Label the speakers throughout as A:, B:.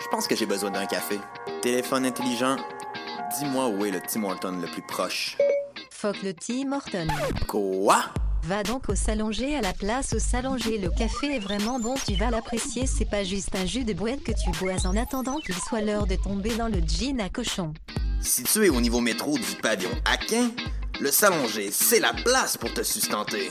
A: Je pense que j'ai besoin d'un café. Téléphone intelligent, dis-moi où est le Tim Hortons le plus proche.
B: Fuck le Tim Horton.
A: Quoi?
B: Va donc au Salonger à la place au Salonger. Le café est vraiment bon, tu vas l'apprécier. C'est pas juste un jus de boîte que tu bois en attendant qu'il soit l'heure de tomber dans le jean à cochon.
A: Situé au niveau métro du pavillon Aquin, le Salon G, c'est la place pour te sustenter.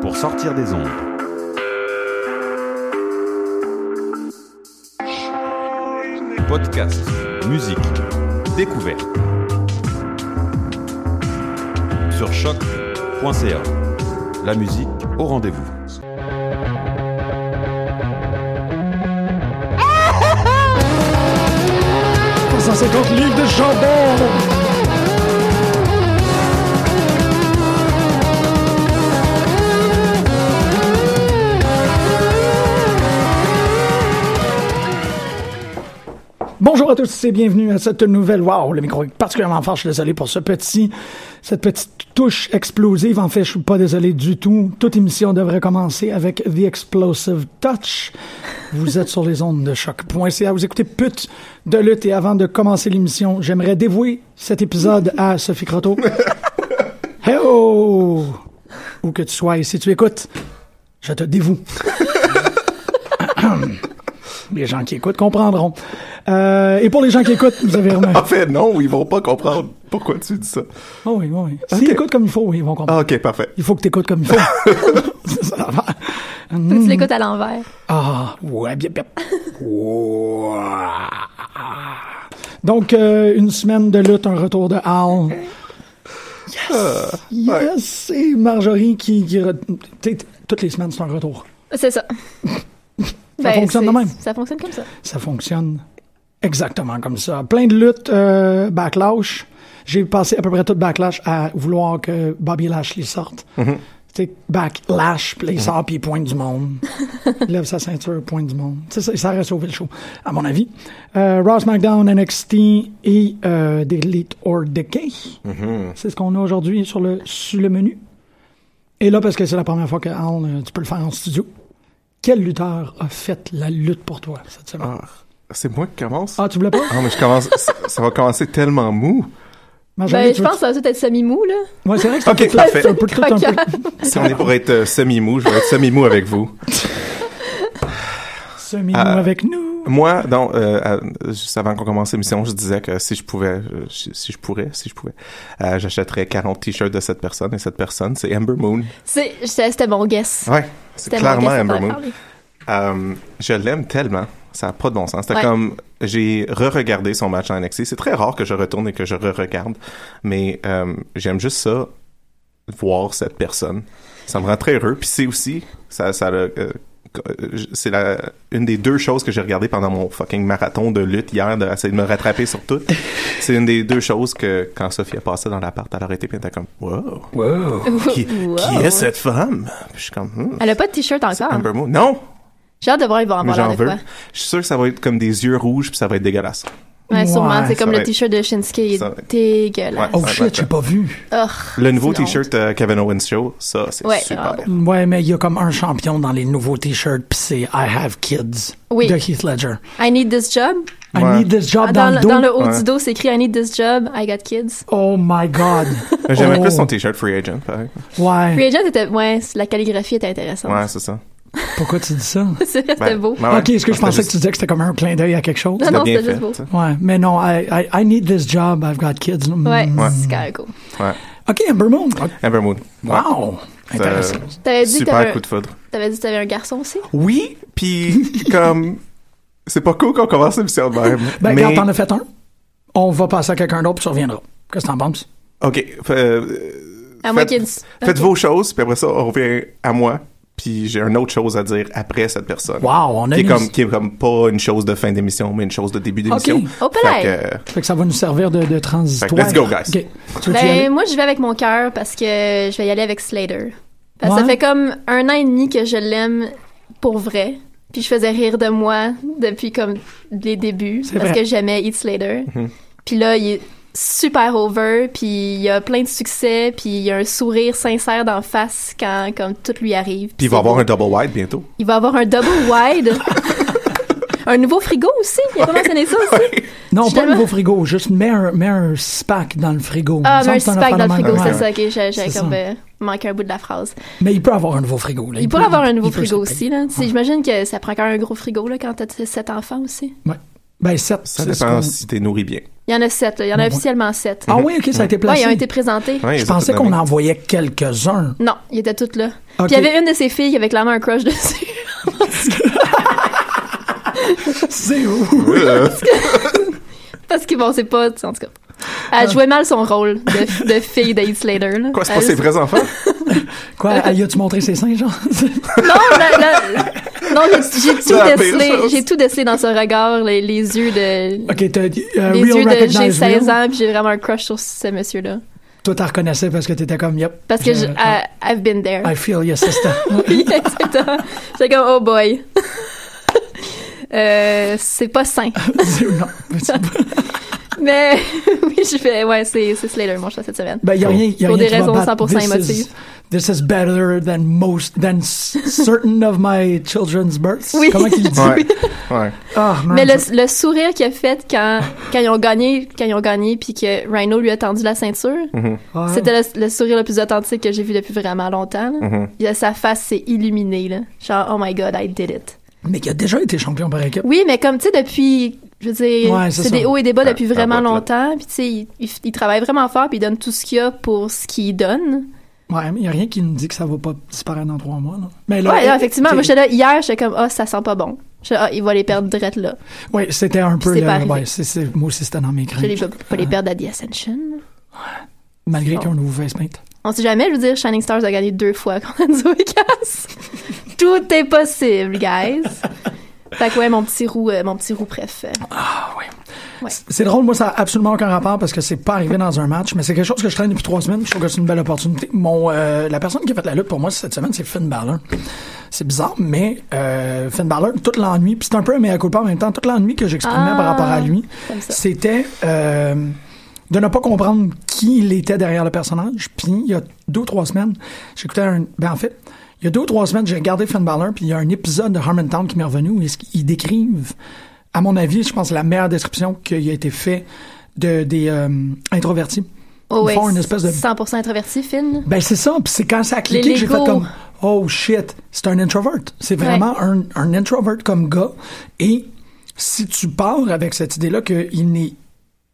C: pour sortir des ondes. Podcast, musique, découverte. Sur choc.ca. La musique au rendez-vous.
D: Bonjour à tous et bienvenue à cette nouvelle. Waouh, le micro est particulièrement fort. Je suis désolé pour ce petit, cette petite touche explosive. En fait, je suis pas désolé du tout. Toute émission devrait commencer avec The Explosive Touch. Vous êtes sur les ondes de choc.ca. Vous écoutez pute de lutte. Et avant de commencer l'émission, j'aimerais dévouer cet épisode à Sophie Croteau. Hey oh! Où que tu sois, et si tu écoutes, je te dévoue. les gens qui écoutent comprendront. Euh, et pour les gens qui écoutent, vous avez remarqué.
E: En fait, non, ils vont pas comprendre pourquoi tu dis ça.
D: Oh oui, oui, oui. S'ils
E: Ok.
D: écoutent comme il faut, oui, ils vont comprendre.
E: Ah, ok, parfait.
D: Il faut que t'écoutes comme il faut. C'est ça l'affaire.
F: Tu l'écoutes à l'envers.
D: Ah, ouais, bien, bien. Ouah. Donc, euh, une semaine de lutte, un retour de Al.
E: Ah,
D: Yes! Yes! C'est Marjorie qui... qui re- t'sais, t- Toutes les semaines, c'est un retour.
F: C'est ça. Ben,
D: Ça fonctionne de
F: c'est-
D: même.
F: Ça fonctionne comme ça.
D: Ça fonctionne exactement comme ça. Plein de luttes, euh, backlash. J'ai passé à peu près tout backlash à vouloir que Bobby Lashley sorte. Tu sais, backlash, puis là, il sort, puis il pointe du monde. Il lève sa ceinture, pointe du monde. Tu sais, ça, ça aurait sauvé le show, à mon avis. Euh, Ross McDown, NXT et euh, Delete or Decay. C'est ce qu'on a aujourd'hui sur le, sur le menu. Et là, parce que c'est la première fois que Al, euh, tu peux le faire en studio. Quel lutteur a fait la lutte pour toi cette semaine?
E: Ah, c'est moi qui commence?
D: Ah, tu voulais pas?
E: Ah, mais je commence. ça, ça va commencer tellement mou.
D: Marjorie,
E: Bah,
F: Ben,
D: tu
F: je
D: veux-
F: pense que ça va tout être semi-mou, là.
D: Ouais, c'est vrai que c'est
E: Ok,
D: un peu-
E: parfait.
D: c'est un peu tout un peu.
E: Si on est pour être euh, semi-mou, je vais être semi-mou avec vous.
D: Semi-nous
E: Ah.
D: avec nous.
E: Moi, donc, euh, à- juste avant qu'on commence l'émission, je disais que si je pouvais, euh, si, si je pourrais, si je pouvais, euh, j'achèterais 40 t-shirts de cette personne et cette personne, c'est Amber Moon.
F: C'est- C'était c'était mon guess.
E: Ouais, c'est
F: C'était mon
E: clairement
F: guess, ça
E: Amber
F: paraît
E: Moon.
F: parler.
E: Euh, je l'aime tellement. Ça n'a pas de bon sens. C'était
F: Ouais.
E: comme, j'ai re-regardé son match en NXT. C'est très rare que je retourne et que je re-regarde. Mais euh, j'aime juste ça, voir cette personne. Ça me rend très heureux. Puis c'est aussi, ça, ça l'a, euh, c'est la, une des deux choses que j'ai regardé pendant mon fucking marathon de lutte hier, d'essayer de me rattraper sur tout. c'est une des deux choses que, quand Sophie a passé dans l'appart, elle a arrêté puis elle était comme, wow, qui,
F: Wow.
E: qui est cette femme? Puis je suis comme, Hmm,
F: Elle a pas de t-shirt encore.
E: Amber Moon. Non!
F: J'ai hâte de voir, ils vont en
E: Mais
F: parler
E: j'en
F: de
E: veux.
F: quoi.
E: Je suis sûr que ça va être comme des yeux rouges puis ça va être dégueulasse. Ouais, sûrement.
D: Ouais,
E: C'est
C: ça
E: comme le
C: va être-
E: t-shirt de Shinsuke, il
C: ça va
E: est
C: être-
E: dégueulasse.
C: Ouais.
D: Oh shit, j'ai pas vu.
E: Urgh,
C: Le nouveau
E: c'est une
C: t-shirt euh, Kevin Owens Show, ça, c'est
E: Ouais,
C: super
E: ah.
C: bon.
D: Ouais, mais il y a comme un champion dans les nouveaux t-shirts, puis c'est I Have Kids
E: Oui.
D: de Heath Ledger.
E: honte. I need this job.
D: I
C: Ouais.
D: need this job
E: Ah,
D: dans,
E: dans,
D: le
E: le-
D: dos.
E: dans le haut
C: Ouais.
E: du dos, c'est écrit I need this job, I got kids.
D: Oh my god.
C: Mais J'aimais
D: Oh.
C: plus son t-shirt Free Agent, pareil.
E: Free
D: Ouais.
E: Agent était. Ouais, la calligraphie était intéressante.
C: Ouais, c'est ça.
D: Pourquoi tu dis ça?
E: c'était
C: Ben,
E: beau.
C: ben ouais.
D: ok, est-ce que je
C: Parce
D: pensais que tu disais que c'était comme un clin d'œil à quelque chose?
E: Non,
C: c'était
E: non,
C: bien
E: c'était juste
C: fait,
E: beau.
C: tu sais.
D: Ouais, mais non, I, I, I need this job, I've got kids. Mm.
E: Ouais, c'est quand même cool.
C: Ouais.
D: Ok, Amber Moon.
C: Amber Moon.
D: Wow.
C: Ouais.
D: Intéressant.
C: Euh,
E: T'avais dit que
C: Super
E: t'avais
C: coup de foudre.
E: un- t'avais dit que t'avais un garçon aussi?
C: Oui, puis comme c'est pas cool qu'on commence l'émission de même.
D: Ben,
C: mais
D: regarde, t'en as fait un. On va passer à quelqu'un d'autre, puis tu reviendras. Qu'est-ce que t'en penses?
C: ok, fait- euh,
E: À moins
C: faites-
E: qu'il y ait du-
C: faites
E: ok.
C: vos choses, puis après ça on revient à moi, puis j'ai une autre chose à dire après cette personne.
D: Wow, on a
C: qui est
D: une-
C: comme qui est comme pas une chose de fin d'émission, mais une chose de début d'émission.
E: Oh,
C: Fait
E: palais.
C: que, euh,
D: Fait que ça va nous servir de, de transitoire.
C: Fait que let's go, guys.
D: Ok. Tu veux-tu y aller?
E: Ben, moi, je vais avec mon cœur parce que je vais y aller avec Slater. Parce que
D: Ouais.
E: ça fait comme un an et demi que je l'aime pour vrai. Puis je faisais rire de moi depuis comme les débuts parce
D: vrai.
E: que j'aimais Eat Slater.
C: Mhm.
E: Puis là, il est super over, puis il a plein de succès, puis il a un sourire sincère d'en face quand comme tout lui arrive.
C: puis il va avoir un double wide bientôt.
E: Il va avoir un double wide. un nouveau frigo aussi. Il a pas mentionné ça aussi.
D: Non, pas
E: Justement.
D: le nouveau frigo, juste mets un, mets un six-pack dans le frigo.
E: Ah,
D: Il
E: mais
D: me
E: un
D: semble que
E: six-pack
D: c'est
E: dans le
D: affaire de
E: frigo,
D: même.
E: c'est ça. Ok, j'ai- j'ai
D: C'est
E: comme
D: ça.
E: euh, manqué un bout de la phrase.
D: Mais il peut avoir un nouveau frigo. Là.
E: Il pourrait avoir un nouveau
D: il peut-
E: frigo
D: il-
E: aussi. Là. Tu sais, J'imagine que ça prend quand même un gros frigo là, quand t'as sept enfants aussi.
D: Ouais. Ben, sept.
C: Ça
D: c'est ce
C: dépend
D: qu'on-
C: si t'es nourri bien. Mhm.
E: Il y en a sept. là. Il y en a
D: Ouais.
E: officiellement sept.
D: Ah oui, ok, ça a été
E: Ouais,
D: placé.
E: ils ont été présentés.
C: Ouais, ils
D: Je
C: ont
D: pensais
C: tout
D: qu'on
C: donné.
D: en voyait quelques-uns.
E: Non, ils étaient toutes là.
D: Ok.
E: Puis il y avait une de ses filles qui avait clairement un crush dessus.
D: C'est
C: Euh,
E: Parce que bon, c'est pas. tu sais, En tout cas. Elle jouait mal son rôle de, de fille d'Aid Slater. là.
C: Quoi, c'est pas
E: Elle-
C: ses vrais enfants?
D: Quoi, y a-tu montré ses seins, genre?
E: Non, la- la- non j'ai- j'ai tout
C: C'est la pire
E: décelé.
C: chose.
E: J'ai tout décelé dans ce regard, les, les yeux de.
D: ok, t'as dit, euh,
E: les
D: real
E: yeux de j'ai
D: recognize
E: 16
D: real.
E: ans, puis j'ai vraiment un crush sur ce monsieur-là.
D: Toi, t'as reconnaissais parce que t'étais comme, yep.
E: Parce que
D: je- ah,
E: je- ah. I- I've been there.
D: I feel your sister.
E: Oui, exactement. J'étais comme, oh boy. Euh, c'est pas sain.
D: non.
E: Mais oui, je fais, ouais, c'est c'est Slater, mon choix cette semaine.
D: Ben, y a rien, y a rien
E: Pour des
D: qui va
E: raisons
D: battre.
E: 100%
D: This is-
E: émotives.
D: This is better than most, than s- certain of my children's births.
E: Oui.
D: Comment qu'il dit?
C: Ouais. ouais.
D: Ah, man,
E: Mais
D: ça-
E: Euh, le, le sourire qu'il a fait quand, quand ils ont gagné, quand ils ont gagné, puis que Rhino lui a tendu la ceinture,
D: Ouais.
E: c'était le, le sourire le plus authentique que j'ai vu depuis vraiment longtemps. là.
D: Mm-hmm.
E: Il a- Sa face s'est illuminée, là. Genre, oh my god, I did it.
D: Mais qui a déjà été champion par équipe.
E: Oui, mais comme, tu sais, depuis, je veux dire,
D: Ouais, c'est
E: c'est des
D: ça.
E: hauts et des bas
C: Ouais,
E: depuis
C: ça
E: vraiment
C: va, là.
E: longtemps. Puis, tu sais, il, il, il travaille vraiment fort, puis il donne tout ce qu'il a pour ce qu'il donne.
D: Ouais, mais y a rien qui nous dit que ça va pas disparaître dans trois mois, là. Mais là. euh,
E: ouais, non, effectivement.
D: ok.
E: Moi, j'étais là, hier, j'étais comme, ah, ça sent pas bon. J'étais, ah, il va les perdre direct là.
D: Ouais, c'était un peu
E: C'est pas
D: le.
E: arrivé.
D: Ouais, c'est- c'est- moi aussi, c'était dans mes
E: Je les
D: craintes.
E: vais pas les perdre à The Ascension.
D: Malgré
E: Non.
D: qu'on nouveau face paint.
E: On sait jamais, je veux dire, Shining Stars a gagné deux fois contre Enzo et Cass. Tout est possible, guys. Fait que ouais, mon petit roux, euh, mon petit roux préf.
D: C'est drôle, moi, ça n'a absolument aucun rapport parce que c'est pas arrivé dans un match, mais c'est quelque chose que je traîne depuis trois semaines. puis Je trouve que c'est une belle opportunité. Mon, euh, la personne qui a fait la lutte pour moi cette semaine, c'est Finn Balor. C'est bizarre, mais euh, Finn Balor, toute l'ennui, puis c'est un peu un mea culpa en même temps, toute l'ennui que j'exprimais
E: Ah,
D: par rapport à lui,
E: comme ça.
D: c'était euh, de ne pas comprendre qui il était derrière le personnage. Puis il y a deux ou trois semaines, j'écoutais un. Ben, en fait, il y a deux ou trois semaines, j'ai regardé Finn Balor, puis il y a un épisode de Harmontown qui m'est revenu où ils- ils décrivent, à mon avis, je pense, la meilleure description qui a été faite de, des euh, introvertis.
E: Oh,
D: ils
E: ouais,
D: font une espèce de
E: 100% introverti, Finn.
D: ben c'est ça, puis c'est quand ça a cliqué
E: Les
D: que j'ai fait
E: Legos.
D: comme oh shit, c'est un introvert. C'est vraiment un, un introvert comme gars. Et si tu pars avec cette idée-là qu'il n'est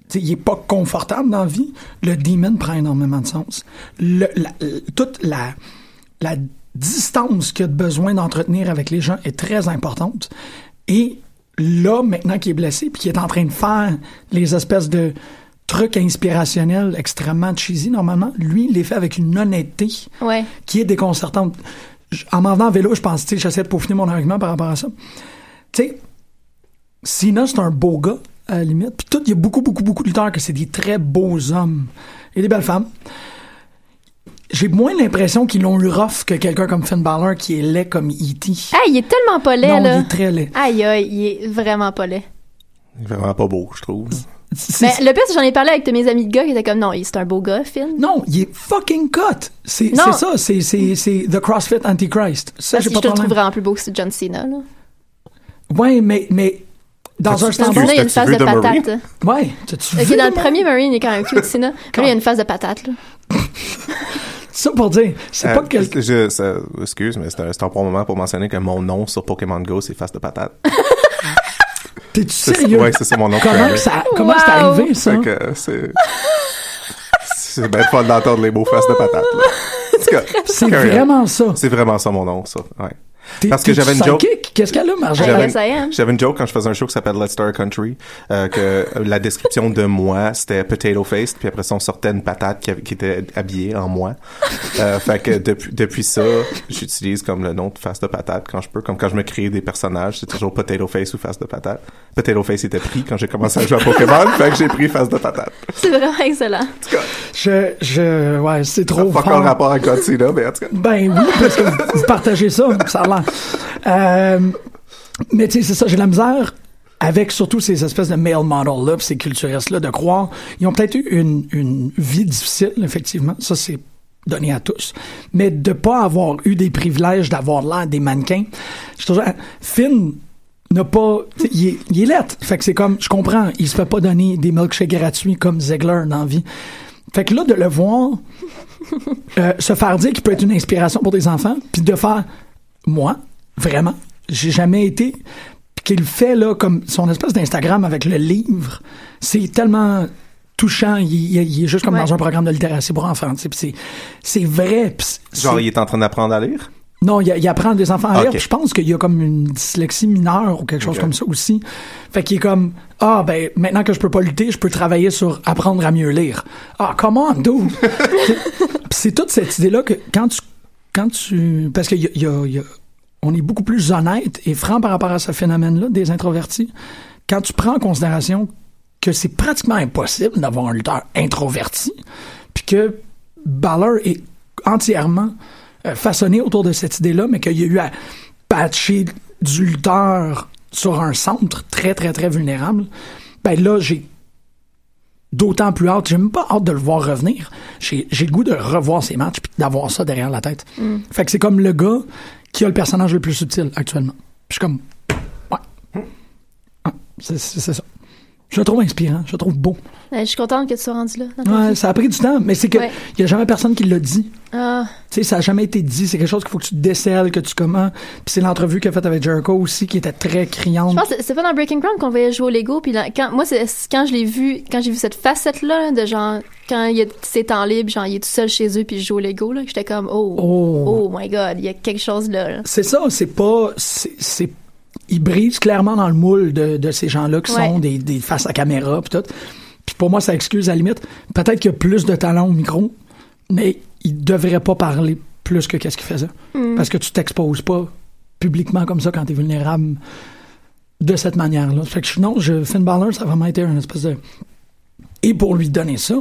D: tu sais, il est pas confortable dans la vie, le demon prend énormément de sens. Le- la- le- toute la, la distance qu'il a de besoin d'entretenir avec les gens est très importante. Et là, maintenant qu'il est blessé, puis qu'il est en train de faire les espèces de trucs inspirationnels extrêmement cheesy, normalement, lui, il les fait avec une honnêteté
E: Ouais.
D: qui est déconcertante. Je- En m'en venant en vélo, je pense, tu sais, j'essaie de peaufiner mon argument par rapport à ça. Tu sais, Cena, c'est un beau gars, à la limite. Puis tout, il y a beaucoup, beaucoup, beaucoup de lutteurs que c'est des très beaux hommes et des belles femmes. J'ai moins l'impression qu'ils l'ont eu rough que quelqu'un comme Finn Balor qui est laid comme E.T.
E: Ah, il est tellement pas laid,
D: non,
E: là.
D: il est très laid.
E: Aïe, aïe, il est vraiment pas laid.
C: Il est vraiment pas beau, je trouve.
D: Mm. C'est-
E: Mais le pire, c'est que j'en ai parlé avec de mes amis de gars qui étaient comme, non, il- c'est un beau gars, Finn.
D: Non, il est fucking cut. C'est
E: Non.
D: c'est ça, c'est- c'est c'est The CrossFit Antichrist. Ça,
E: Parce
D: j'ai
E: que
D: pas de
E: je te le trouve
D: problème.
E: vraiment plus beau que ce John Cena, là.
D: Ouais, mais, mais dans un
E: John
D: standard.
E: Cena, il a une
C: t'as-tu
E: face
C: vu
E: de
C: The Marine?
E: patate.
D: Ouais, t'as-tu
E: Ok,
D: vu
E: dans le
D: comment-
E: premier Marine, il est quand même cute, Cena. Mais là, il a une face de patate, là.
D: Ça pour dire, c'est
C: Euh,
D: pas quel.
C: je- ça- excuse, mais c'est un, c'est un bon moment pour mentionner que mon nom sur Pokémon Go, c'est Face de Patate.
D: T'es-tu
C: C'est-
D: sérieux?
C: Ouais, c'est ça mon nom.
D: Comment
C: Kramer.
D: que ça, comment c'est
E: Wow!
D: arrivé, ça?
C: Fait que Euh, c'est. C'est bien folle d'entendre les mots Face de Patate. là. En tout cas,
D: C'est
C: carry on.
D: vraiment ça.
C: C'est vraiment ça mon nom, ça. Ouais.
D: T'es-
C: Parce que
D: t'es-tu
C: j'avais une joke.
D: psychique? Qu'est-ce qu'elle a, Marjorie?
E: J'avais-
C: J'avais
E: Yes, I am.
C: une, j'avais une joke quand je faisais un show qui s'appelle Let's Start a Country, euh, que la description de moi, c'était potato faced, puis après ça, on sortait une patate qui, avait- qui était habillée en moi. Euh, fait que depuis, depuis ça, j'utilise comme le nom de face de patate quand je peux. Comme quand je me crée des personnages, c'est toujours potato face ou face de patate. Potato face était pris quand j'ai commencé à jouer à Pokémon, fait que j'ai pris face de patate.
E: C'est vraiment excellent.
D: Je, je, ouais, c'est
C: Pas
D: trop
C: encore
D: fort.
C: rapport à Godzilla, mais en tout cas.
D: Ben oui, parce que vous- vous partagez ça, ça a l'air. Euh, mais tu sais, c'est ça, j'ai de la misère avec surtout ces espèces de male models-là, pis ces culturistes-là, de croire. Ils ont peut-être eu une, une vie difficile, effectivement. Ça, c'est donné à tous. Mais de pas avoir eu des privilèges d'avoir l'air des mannequins. Je trouve ça- hein, Finn n'a pas. tu sais, Il est, il est lettre. Fait que c'est comme. Je comprends, il se fait pas donner des milkshakes gratuits comme Ziegler dans la vie. Fait que là, de le voir euh, se faire dire qu'il peut être une inspiration pour des enfants, puis de faire moi, vraiment, j'ai jamais été, puis qu'il fait là comme son espèce d'Instagram avec le livre, c'est tellement touchant, il, il- il est juste comme
E: Ouais.
D: dans un programme de littératie pour enfants, tu sais, puis c'est c'est vrai, puis c'est-
C: Genre, il est en train d'apprendre à lire?
D: non, il, il apprend des enfants à lire.
C: Ok.
D: puis Je pense qu'il y a comme une dyslexie mineure ou quelque chose
C: Ok.
D: comme ça aussi. Fait qu'il est comme ah ben maintenant que je peux pas lutter, je peux travailler sur apprendre à mieux lire. Ah comment d'où c'est toute cette idée là que quand tu quand tu parce que il y a- il y a- il y a- on est beaucoup plus honnête et franc par rapport à ce phénomène là des introvertis. Quand tu prends en considération que c'est pratiquement impossible d'avoir un lutteur introverti, puis que Balor est entièrement euh, façonné autour de cette idée-là, mais qu'il y a eu à patcher du lutteur sur un centre très, très, très vulnérable, ben là, j'ai d'autant plus hâte, j'ai même pas hâte de le voir revenir. J'ai j'ai le goût de revoir ses matchs puis d'avoir ça derrière la tête. Fait que c'est comme le gars qui a le personnage le plus subtil actuellement. Puis je suis comme, ouais. Ouais, c'est c'est- c'est ça. Je le trouve inspirant, je le trouve beau.
E: Ouais, Euh, Je suis contente que tu sois rendu là. dans ta
D: Ouais,
E: vie.
D: ça a pris du temps, mais c'est que il
E: Ouais.
D: y a jamais personne qui l'a dit.
E: Ah,
D: Tu sais, ça n'a jamais été dit. C'est quelque chose qu'il faut que tu décèles, que tu comment. Puis c'est l'entrevue qu'il a faite avec Jericho aussi qui était très
E: je
D: criante.
E: pense que c'est- c'est pas dans Breaking Ground qu'on voyait jouer au Lego. Puis là, quand, moi, c'est c'est quand je l'ai vu, quand j'ai vu cette facette-là, de genre, quand il y a ses temps libres, genre, il est tout seul chez eux, puis il joue au Lego, là, que j'étais comme, oh,
D: Oh.
E: oh, my god, il y a quelque chose là. là.
D: C'est ça, c'est pas. C'est. c'est- Il brise clairement dans le moule de, de ces gens-là qui
E: Ouais.
D: sont des, des face à caméra puis tout. Puis pour moi, ça excuse à la limite. Peut-être qu'il y a plus de talent au micro, mais il devrait pas parler plus que qu'est-ce qu'il faisait. Parce que tu t'exposes pas publiquement comme ça quand t'es vulnérable de cette manière-là. Fait que je- non, je, Finn Balor, ça a vraiment été une espèce de... Et pour lui donner ça,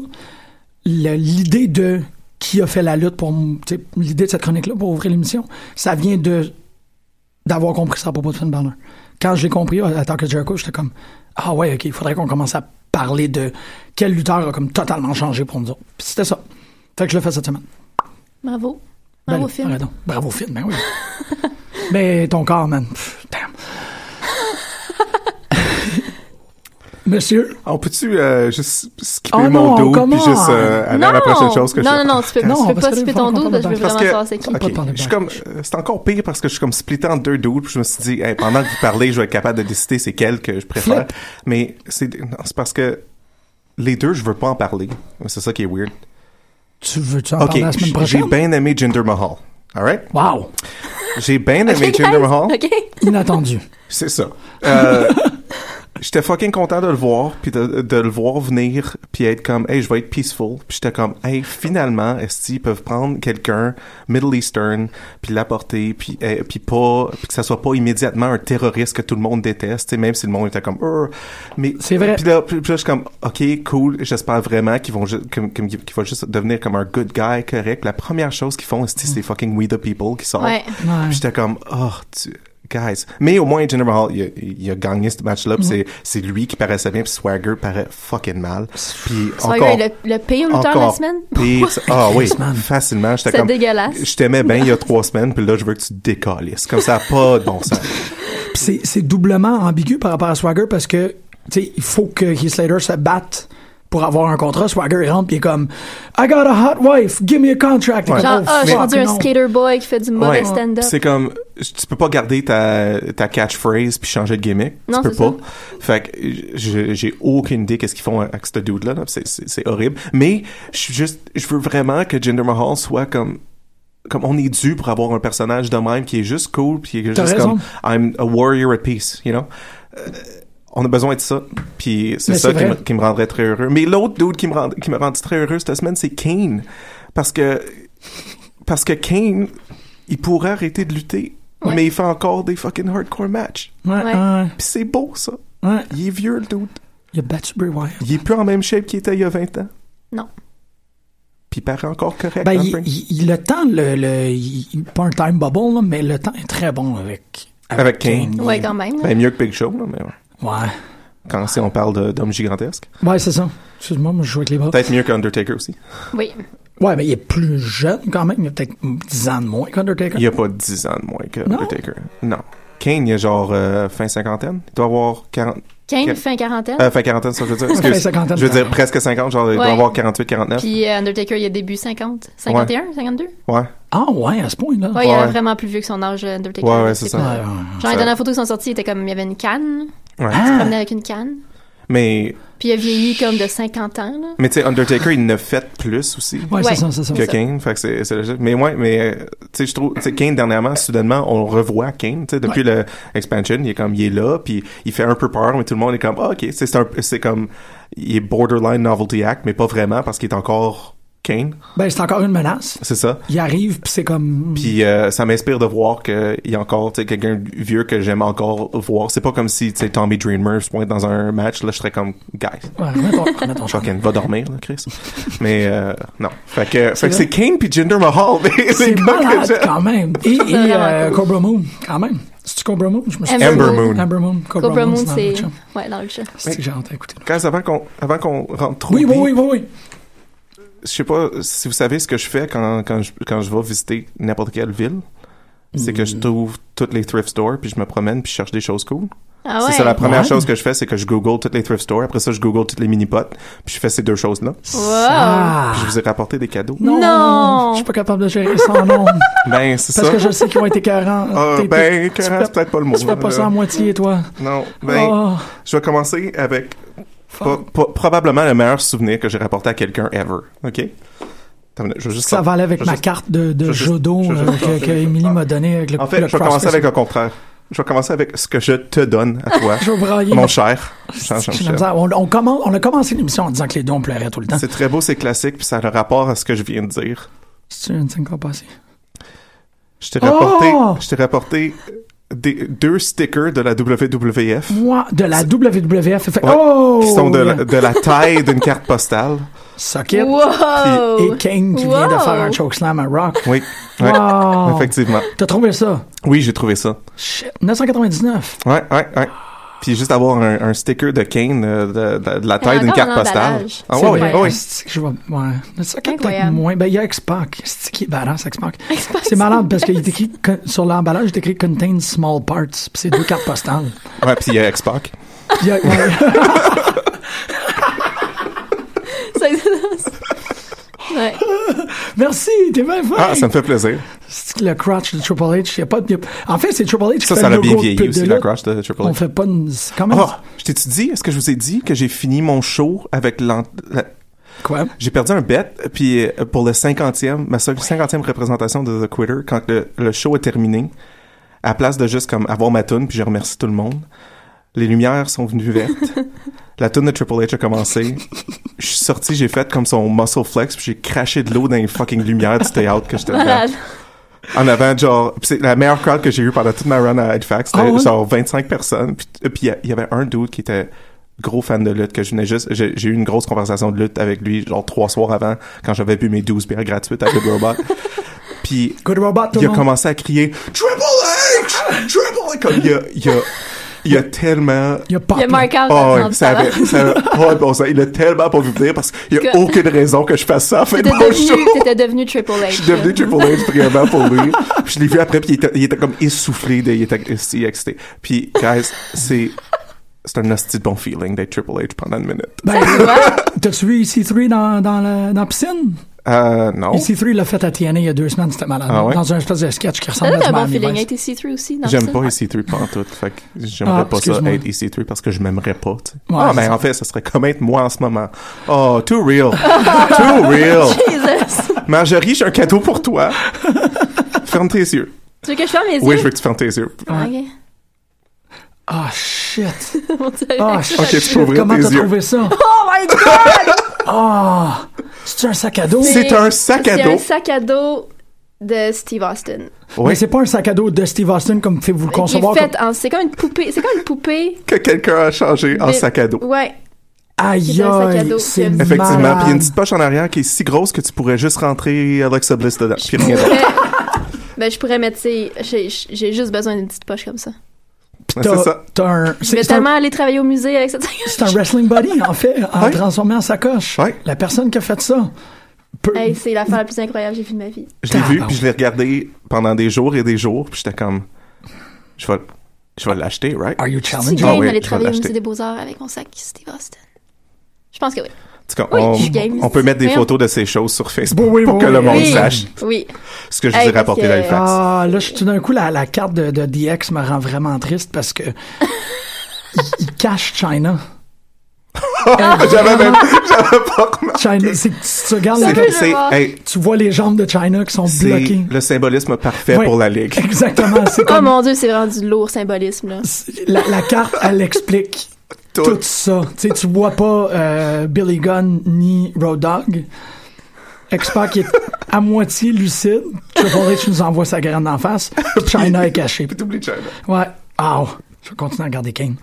D: le- l'idée de qui a fait la lutte pour... m- tu sais, L'idée de cette chronique-là pour ouvrir l'émission, ça vient de d'avoir compris ça à propos de Finn Balor. Quand je l'ai compris, à Talk Jericho, j'étais comme « Ah ouais, OK, il faudrait qu'on commence à parler de quel lutteur a comme totalement changé pour nous autres. » Puis c'était ça. Fait que je le fais cette semaine.
E: Bravo.
D: Ben
E: Bravo,
D: là,
E: Finn.
D: arrête donc. Bravo film, ben oui. Mais ton corps, man. Pff, damn. Monsieur,
C: On peut-tu euh, juste skipper mon
D: Oh non,
C: dos
D: comment?
C: puis juste euh, aller à la prochaine chose que
E: non,
C: je
E: non, non, tu peux,
D: Non,
E: tu peux
D: parce
E: pas
D: que
E: skipper
D: faut
E: ton
D: encore
E: dos,
D: le
E: parce que je veux
D: bac.
E: vraiment savoir c'est
D: Pas
E: qui.
D: de
C: Ok,
D: problème.
C: je suis comme, euh, c'est encore pire parce que je suis comme splitté en deux doubles. puis Je me suis dit, hey, pendant que vous parlez, je vais être capable de décider c'est quel que je préfère.
D: Flip.
C: Mais c'est, non, c'est parce que les deux, je veux pas en parler. C'est ça qui est weird.
D: tu veux-tu en
C: Ok,
D: parler la semaine
C: j'ai
D: prochaine?
C: bien aimé Jinder Mahal. All right?
D: Wow!
C: J'ai bien aimé
E: Ok,
C: Jinder
E: guys,
C: Mahal.
E: ok.
D: Inattendu.
C: C'est ça. Euh, j'étais fucking content de le voir, puis de, de le voir venir, puis être comme, hey, je vais être peaceful. Puis j'étais comme, hey, finalement, est-ce qu'ils peuvent prendre quelqu'un Middle Eastern, puis l'apporter, puis eh, puis pas, puis que ça soit pas immédiatement un terroriste que tout le monde déteste, tu sais, même si le monde était comme, Urgh. mais
D: C'est vrai.
C: Puis là, puis là, je suis comme, ok, cool. J'espère vraiment qu'ils vont, ju- comme- comme- qu'ils vont juste devenir comme un good guy correct. La première chose qu'ils font, c'est c'est fucking We the People qui sort.
E: Ouais.
C: Puis J'étais comme, oh, tu... Guys. Mais au moins, Jinder Mahal, il a, il a gagné ce match-là,
E: Mhm.
C: puis c'est- c'est lui qui paraissait bien, puis Swagger paraît fucking mal. Puis
E: Swagger
C: encore,
E: est le, le pire lutteur de la
C: encore
E: semaine.
C: pire. Ah oui, facilement. J'étais
E: C'est
C: comme,
E: dégueulasse.
C: Je t'aimais bien il y a trois semaines, puis là, je veux que tu te décalisses. Comme ça, pas de bon sens.
D: Puis c'est- c'est doublement ambigu par rapport à Swagger parce que, tu sais, il faut que Heath Slater se batte pour avoir un contrat. Swagger, il rentre puis il est comme « I got a hot wife, give me a contract!
C: Ouais.
E: Genre,
D: Oh,
E: ah, je suis
D: fuck,
E: rendu un
D: non.
E: skater boy qui fait du mauvais
C: Ouais.
E: stand-up.
C: C'est comme, tu peux pas garder ta, ta catchphrase puis changer de gimmick.
E: Non,
C: tu peux
E: c'est
C: pas. Fait que je- j'ai aucune idée qu'est-ce qu'ils font avec ce dude-là. là. C'est- C'est c'est horrible. Mais je suis juste, je veux vraiment que Jinder Mahal soit comme, comme on est dû pour avoir un personnage de même qui est juste cool puis qui est
D: T'as
C: juste
D: raison.
C: comme, I'm a warrior at peace, you know? Euh, on a besoin de ça. Puis c'est
D: Mais
C: ça
D: c'est
C: qui me,
D: vrai.
C: qui me rendrait très heureux. Mais l'autre dude qui me, rend, qui me rendit très heureux cette semaine, c'est Kane. Parce que, parce que Kane, il pourrait arrêter de lutter,
E: Ouais.
C: mais il fait encore des fucking hardcore matchs.
D: Ouais,
E: Ouais.
D: ouais,
C: Puis c'est beau, ça.
D: ouais.
C: Il est vieux, le dude.
D: Il a battu Bray Wyatt.
C: Il est plus en même shape qu'il était il y a 20 ans.
E: Non.
C: Puis il paraît encore correct. hein,
D: Ben,
C: dans le
D: il,
C: ring.
D: il- le temps, le, le- il- il- pas un time bubble, là, mais le temps est très bon avec...
C: Avec Kane.
E: Ouais, quand même. là.
C: Ben, mieux que Big Show, là, mais ouais.
D: Ouais.
C: Quand si on parle de- d'hommes gigantesques.
D: Ouais, c'est ça. Excuse-moi, moi, je joue avec les bras.
C: Peut-être mieux qu'Undertaker aussi.
E: Oui.
D: Ouais, mais il est plus jeune quand même. Il a peut-être 10 ans de moins qu'Undertaker.
C: Il y a pas 10 ans de moins que
D: Non?
C: Undertaker. Non. Kane, il a genre euh, fin cinquantaine. Il doit avoir 40.
E: Kane
C: Quel-
E: fin quarantaine.
C: Euh, fin quarantaine, ça, je veux dire.
D: Fin
C: Excuse.
D: cinquantaine.
C: je veux dire presque 50, genre il doit
E: Ouais.
C: avoir 48, 49.
E: Puis euh, Undertaker, il a début 50. 51, 52. Ouais,
C: Ouais.
D: Ah ouais, à ce point-là.
E: il
C: Ouais.
E: est vraiment plus vieux que son âge, euh, Undertaker.
C: Ouais, ouais,
E: Je sais
C: c'est ça.
E: pas.
D: Ouais, ouais, ouais.
E: Genre, les dernières photos qui sont sorties, il était comme, il y avait une canne.
C: Ouais.
E: Il se promenait avec une canne.
C: Mais,
E: Puis il a vieilli comme de 50 ans, là.
C: mais tu sais, Undertaker, il ne fait plus aussi.
D: Ouais,
E: Ouais.
D: c'est ça, c'est ça.
C: que Kane, fait que c'est c'est logique. Mais ouais, mais euh, tu sais, je trouve, tu sais, Kane dernièrement, soudainement, on revoit Kane, tu sais, depuis le expansion, il est comme, il est là, puis il fait un peu peur, mais tout le monde est comme, ah, ok, Tu sais, c'est un, c'est comme, il est borderline novelty act, mais pas vraiment parce qu'il est encore Kane,
D: Ben, c'est encore une menace.
C: c'est ça.
D: Il arrive, puis c'est comme...
C: Puis euh, ça m'inspire de voir qu'il y a encore tu sais, quelqu'un de vieux que j'aime encore voir. C'est pas comme si tu sais, Tommy Dreamer se pointe dans un match. Là, je serais comme, guys,
D: Ouais, remets ton, remets ton chandail.
C: fucking, va dormir, là, Chris. Mais euh, non. Fait que fait que
D: vrai.
C: c'est Kane puis Jinder Mahal. mais
D: C'est
C: les gars que
D: malade,
C: j'aime.
D: quand même. Et, et
E: vraiment
D: euh,
E: cool.
D: Cobra Moon, quand même. C'est-tu Cobra Moon? Je me suis-
E: Amber
C: Amber Moon. Moon.
D: Amber Moon, Cobra,
E: Cobra Moon,
D: dans
E: c'est.
D: le chat.
E: Ouais, dans le chat.
D: C'est que j'ai hâte d'écouter.
C: Guys, avant qu'on avant qu'on rentre trop
D: Oui, oui,
C: deep,
D: oui, oui, oui.
C: je sais pas si vous savez ce que je fais quand quand je quand je vais visiter n'importe quelle ville, c'est que je trouve toutes les thrift stores puis je me promène puis je cherche des choses cool.
E: Ah ouais.
C: C'est ça la première
D: Ouais.
C: chose que je fais, c'est que je google toutes les thrift stores. Après ça, je google toutes les mini potes. Puis je fais ces deux choses là. Puis
E: Wow.
C: je vous ai rapporté des cadeaux.
D: Non,
E: Non.
D: Ah. Je suis pas capable de gérer ça en nombre.
C: Ben c'est ça.
D: parce que je sais qu'ils vont être écœurants.
C: Ah,
D: T'es-
C: ben, euh,
D: t'es- tu
C: écœurant,
D: fais-
C: c'est peut-être pas le mot.
D: Tu fais pas ça en moitié, toi.
C: Non, ben,
D: Oh.
C: je vais commencer avec pro- pro- probablement le meilleur souvenir que j'ai rapporté à quelqu'un ever. Ok. Attends une minute, je vais juste
D: Ça va aller avec
C: je vais
D: ma
C: juste-
D: carte de, de
C: je juste-
D: judo
C: je
D: euh,
C: juste-
D: que, que Émilie m'a donnée avec le
C: En fait,
D: le
C: je vais commencer
D: CrossFit.
C: avec le contraire. Je vais commencer avec ce que je te donne à toi,
D: Je vais brailler.
C: mon cher. Jean-
D: C'est- j'ai de la
C: Jean-Michel.
D: misère. On, on commence- on a commencé l'émission en disant que les deux, on pleurait tout le temps.
C: C'est très beau, c'est classique, puis ça a le rapport à ce que je viens de dire.
D: C'est une cinq ans passée.
C: Je t'ai
D: Oh!
C: rapporté, je t'ai rapporté des, deux stickers de la WWF
D: Moi, de la WWF, fait,
C: Ouais,
D: oh!
C: qui sont de la, de la taille d'une carte postale.
D: Socket.
E: Wow.
D: Et Kane qui vient de
E: Wow.
D: faire un chokeslam à Rock.
C: Oui, ouais,
D: Wow.
C: effectivement.
D: T'as trouvé ça?
C: Oui, j'ai trouvé ça.
D: Shit. 999.
C: Ouais, ouais, ouais. Puis juste avoir un, un sticker de Kane euh, de, de- de la taille d'une
E: encore
C: carte
E: un
C: postale.
E: emballage.
C: Ah
E: C'est
C: ouais, ouais,
E: vrai.
C: ouais.
D: Asti que Je vois, ouais. Le Socket, peut-être
E: Incroyable.
D: moins. Ben, il y a X-Pac. C'est qui est badass, X-Pac?
E: X-Pac,
D: C'est malade parce qu'il est écrit, con- sur l'emballage, il est écrit Contain Small Parts. Puis c'est deux cartes postales.
C: Ouais, puis il y a X-Pac.
D: Il y a- ouais.
E: C'est- ouais.
D: Merci, t'es bien fin.
C: Ah, ça me fait plaisir.
D: Asti que le crotch de Triple H. Il y a pas de- il y a- En fait, c'est Triple H qui
C: Ça,
D: fait
C: ça
D: le
C: l'a bien
D: logo de
C: vieilli
D: pub de
C: aussi, la
D: lutte.
C: crash de Triple
D: On
C: H.
D: fait pas une. c'est Comment?
C: Oh, je t'ai-tu dit, est-ce que je vous ai dit que j'ai fini mon show avec l'en- la-
D: Quoi?
C: J'ai perdu un bet, puis euh, pour le 50e, ma seule 50e représentation de The Quitter, quand le, le show est terminé, à place de juste comme avoir ma tune puis je remercie tout le monde, les lumières sont venues vertes, la tune de Triple H a commencé, je suis sorti, j'ai fait comme son muscle flex, puis j'ai craché de l'eau dans les fucking lumières du théâtre que j'étais dedans.
E: Malade.
C: En avant, genre, pis c'est la meilleure crowd que j'ai eue pendant toute ma run à Halifax. C'était
D: Ah ouais?
C: genre 25 personnes. Puis puis il y a- il y, avait un dude qui était gros fan de lutte que je venais juste. J'ai j'ai eu une grosse conversation de lutte avec lui, genre trois soirs avant, quand j'avais bu mes 12 bières gratuites à Good Robot. Puis
D: Good Robot, tout
C: il
D: le
C: a
D: monde.
C: commencé à crier Triple H! Je veux pas comme il y a, il y a, il y a tellement.
D: Il y a pas.
E: Il y a Mark Out
C: Oh,
E: en
C: ouais, ça
E: parlant.
C: avait, ça avait pas de bon sens. Il a tellement pas vu venir parce qu'il y a
E: Que-
C: aucune raison que je fasse ça. en Fait,
E: T'étais
C: mon
E: devenu,
C: show.
E: t'étais devenu Triple H.
C: Je suis devenu Triple H vraiment pour lui. Puis je l'ai vu après, puis il était, il était comme essoufflé, de- il était il est excité. Puis, guys, c'est c'est un hostie de bon feeling d'être Triple H pendant une minute.
D: Ben,
E: Triple
D: T'as-tu vu EC3 dans, dans, la, dans la piscine?
C: Euh, non.
D: EC3 l'a fait à TNA il y a deux semaines, c'était malade.
C: Ah ouais?
D: Dans un espèce de sketch qui
E: Ça
D: ressemblait
E: donne un
D: à
E: bon
D: Miami
E: feeling. hein.
D: Vice.
E: Hey, t'es C3 aussi, non?
C: J'aime
E: ça?
C: pas EC3 pantoute, fait que j'aimerais
D: Ah,
C: pas ça
D: excuse-moi.
C: être EC3 parce que je m'aimerais pas, tu sais.
D: Ouais,
C: ah,
D: c'est
C: mais
D: ça.
C: en fait, ça serait comme être moi en ce moment. Oh, too real. too real.
E: Jesus!
C: Marjorie, j'ai un cadeau pour toi. ferme tes yeux.
E: Tu veux que je ferme mes yeux?
C: Oui, je veux que tu fermes tes yeux.
E: Ok.
D: Ah, shit.
E: Mon Dieu.
D: Ah, shit.
C: Ok, tu peux ouvrir
D: Comment
C: tes
D: t'as
C: yeux.
D: trouvé ça?
E: Oh my god!
D: Ah! C'est un sac à dos?
C: C'est un sac à
E: C'est
C: dos.
E: un sac à dos de Steve Austin.
C: Ouais.
D: Mais c'est pas un sac à dos de Steve Austin comme fait vous le
E: Qui est
D: concevoir.
E: fait en. C'est comme une poupée. C'est comme une poupée.
C: que quelqu'un a changé en
E: Mais-
C: sac à dos.
E: Ouais.
D: comme- Aïe,
E: C'est un sac à dos.
D: aïe, c'est
E: Effectivement,
C: Effectivement,
D: malade.
C: puis il y a une petite poche en arrière qui est si grosse que tu pourrais juste rentrer Alexa Bliss dedans. Puis rien d'autre.
E: Mais- ben, je pourrais mettre, tu sais, j'ai- j'ai juste besoin d'une petite poche comme ça.
C: Mais
D: T'as-
C: C'est ça.
D: T'as un...
E: Je vais
D: C'est c'est un,
E: tellement aller travailler au musée avec cette
D: c'est un wrestling buddy, en fait, en
C: Ouais.
D: transformé en sacoche.
C: Ouais.
D: La personne qui a fait ça... peut-
E: Hey, c'est l'affaire la plus incroyable que j'ai vue de ma vie.
C: Je l'ai vu,
D: Tabarnak.
C: puis je l'ai regardé pendant des jours et des jours, puis j'étais comme, je vais, je vais l'acheter, right?
D: Are you
E: Si
D: challenging?
C: Ah
E: game
C: oui, je vais
E: d'aller travailler au
C: l'acheter.
E: musée des beaux-arts avec mon sac Steve Austin. Je pense que oui.
C: En tout cas,
E: Oui,
C: on,
E: je suis game.
C: on peut mettre des
E: Voyons.
C: photos de ces choses sur Facebook
D: Oui, oui,
C: pour
D: oui,
C: que le
D: oui.
C: monde
E: Oui.
C: sache
E: Oui. Oh
C: ce que je
E: Hey,
C: vous ai
E: parce
C: rapporté
E: que-
C: d'Halifax.
D: Ah, là, je- tout d'un coup, la, la carte de, de DX me rend vraiment triste parce que il- il cache China.
E: Ah,
C: J'avais même j'avais pas remarqué.
D: China, c'est tu tu regardes la-
C: C'est-
E: je
C: C'est
E: vois.
C: hey,
D: tu vois les jambes de China qui sont
C: c'est
D: bloquées.
C: le symbolisme parfait
D: Ouais.
C: pour la Ligue.
D: Exactement. C'est
E: Oh
D: comme
E: mon dieu, c'est vraiment du lourd symbolisme, là.
D: c'est- la, la carte, elle explique
C: Tout.
D: tout ça. Tu sais, tu vois pas euh, Billy Gunn ni Road Dog. Expert qui est à moitié lucide. Triple H nous envoie sa graine d'en face. puis China est cachée.
C: Puis t'oublies China.
D: Ouais. Ah, je vais continuer à regarder Kane.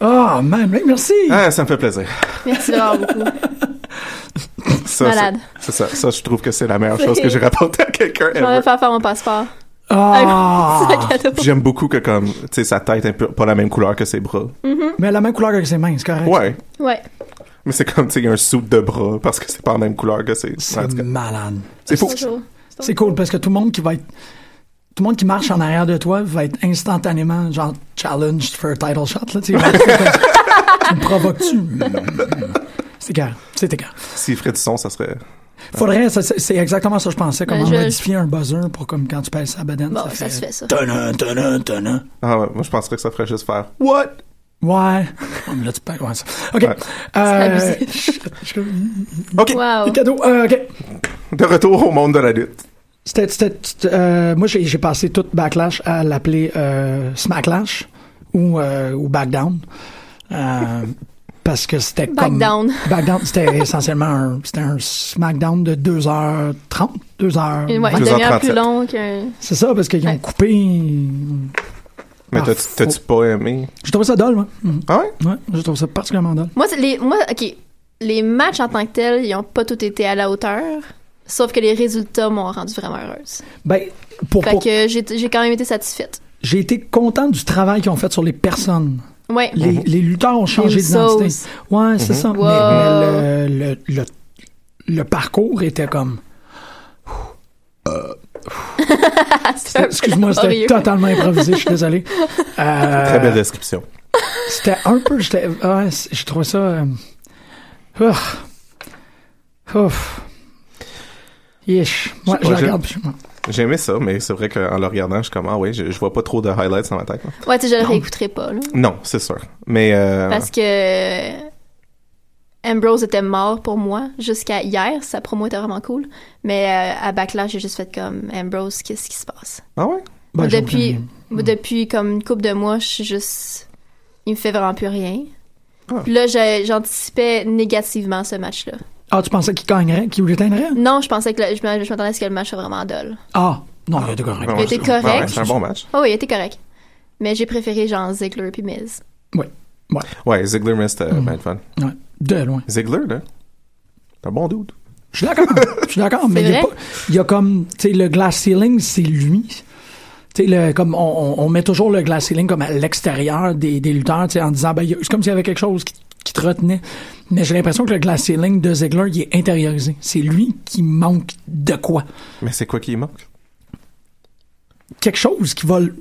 D: Ah, man, hey, merci.
C: Ah, ça me fait plaisir.
E: Merci vraiment beaucoup.
C: Ça,
E: Malade.
C: C'est c'est ça. Ça, je trouve que c'est la meilleure chose que j'ai rapportée à quelqu'un
E: Je m'en
C: ever.
E: vais faire faire mon passeport.
D: Ah,
E: Un sac à dos.
C: J'aime beaucoup que comme, tu sais, sa tête est un peu pas la même couleur que ses bras.
E: Mm.
D: mais la même couleur que ses mains, c'est correct.
C: Ouais.
E: Ouais.
C: Mais c'est comme, tu sais, il y a un soupe de bras parce que c'est pas la même couleur que ses...
D: C'est
C: En tout cas,
D: malade.
C: C'est fou.
E: Bonjour.
D: C'est cool parce que tout le monde qui va être tout le monde qui marche en arrière de toi va être instantanément genre challenged for a title shot là, tu sais, ils vont être comme, tu me provoques-tu. C'est écart, c'est écart.
C: S'il ferait du son, ça serait...
D: Faudrait, ça, c'est c'est exactement ça que je pensais, comment
E: Ben, je-
D: modifier un buzzer pour comme quand tu pèses sa bedaine,
E: Bon,
D: ça,
E: ça se fait,
C: Euh,
E: ça.
D: Tana, tana, tana.
C: Ah ouais, moi je penserais que ça ferait juste faire... What?
D: Ouais. Ouais, mais là, tu pèses, ouais, ça. OK.
C: Ouais.
D: Euh,
E: C'est Oh.
D: je-
C: OK.
E: Ah, Wow.
D: les cadeaux. Euh, OK.
C: De retour au monde de la lutte.
D: C'était, c'était- c'était, euh, moi, j'ai, j'ai passé toute Backlash à l'appeler euh, Smacklash ou, euh, ou Backdown. Euh, parce que c'était comme.
E: Backdown.
D: Backdown, c'était essentiellement un, c'était un SmackDown de 2h30, 2h.
E: Une, ouais,
C: 2h37.
E: une demi-heure plus long qu'un.
D: C'est ça, parce qu'ils ont
E: Ouais.
D: coupé.
C: Mais
D: Ah,
C: t'as- t'as-tu pas aimé?
D: Je trouve ça dole, moi. Mhm.
C: Ah ouais?
D: Ouais, je trouve ça particulièrement dole.
E: Moi, c'est les, moi, OK. Les matchs en tant que tels, ils ont pas tous été à la hauteur. Sauf que les résultats m'ont rendu vraiment heureuse.
D: Ben,
C: Oh,
D: pour,
E: Fait
D: pour-
E: que j'ai j'ai quand même été satisfaite.
D: j'ai été content du travail qu'ils ont fait sur les personnes.
E: Ouais.
D: Les, les lutteurs ont changé
E: Mhm. Les Mhm.
D: d'identité.
E: sauces.
D: Ouais, c'est ça. Mais-
E: Wow.
D: Mais, le, le, le, le parcours était comme.
E: Euh, C'est un peu
D: Excuse-moi, c'était
E: laborieux.
D: totalement improvisé, je suis désolé. Euh,
C: Très belle description.
D: C'était un peu. j'étais- Ouais, c'est- je trouvais ça. euh, ouf. Ouf. Yesh. Moi,
C: Je-
D: je
C: moi,
D: la
C: je-
D: regarde. puis je-
C: J'aimais ça, mais c'est vrai qu'en le regardant, je suis comme, ah ouais, je, je vois pas trop de highlights dans ma tête. là.
E: Ouais, tu sais, je le réécouterai pas, là.
C: Non, c'est sûr. Mais...
D: Ah.
C: euh,
E: Parce que Ambrose était mort pour moi jusqu'à hier. Sa promo était vraiment cool. Mais euh, à Backlash, j'ai juste fait comme Ambrose, qu'est-ce qui se passe?
C: Ah ouais?
D: Ben,
E: Moi,
D: j'ai
E: Bah, depuis,
D: aucune-
E: moi, depuis comme une couple de mois, je suis juste. Il me fait vraiment plus rien. Puis là, j'ai- j'anticipais négativement ce match-là.
D: Ah, tu pensais qu'il gagnerait, qu'il l'éteindrait?
E: Non, je pensais que le- je m'a- je m'attendais à ce que le match soit vraiment dull.
D: Ah, non, il était correct.
C: Ben, Ouais,
E: était
C: c'est-
E: correct.
C: ouais, ouais, c'est un bon match.
E: Oh, oui, il était correct. Mais j'ai préféré genre Ziggler puis Miz.
D: Ouais. Ouais.
C: Ouais, Ziggler missed euh, ben, le fun.
D: Ouais. De loin.
C: Ziggler, là, c'est un bon dude.
D: Je suis d'accord. Je suis d'accord, mais il y a
E: vrai?
D: pas- il y, a comme, tu sais, le glass ceiling, c'est lui. Tu Tu sais, le- comme on, on- on met toujours le glass ceiling comme à l'extérieur des, des lutteurs, tu sais, en disant, ben, il y a- c'est comme s'il y avait quelque chose qui, qui te retenait. Mais j'ai l'impression que le glass ceiling de Ziegler, il est intériorisé. C'est lui qui manque de quoi.
C: Mais c'est quoi qui manque?
D: Quelque chose qui va... le-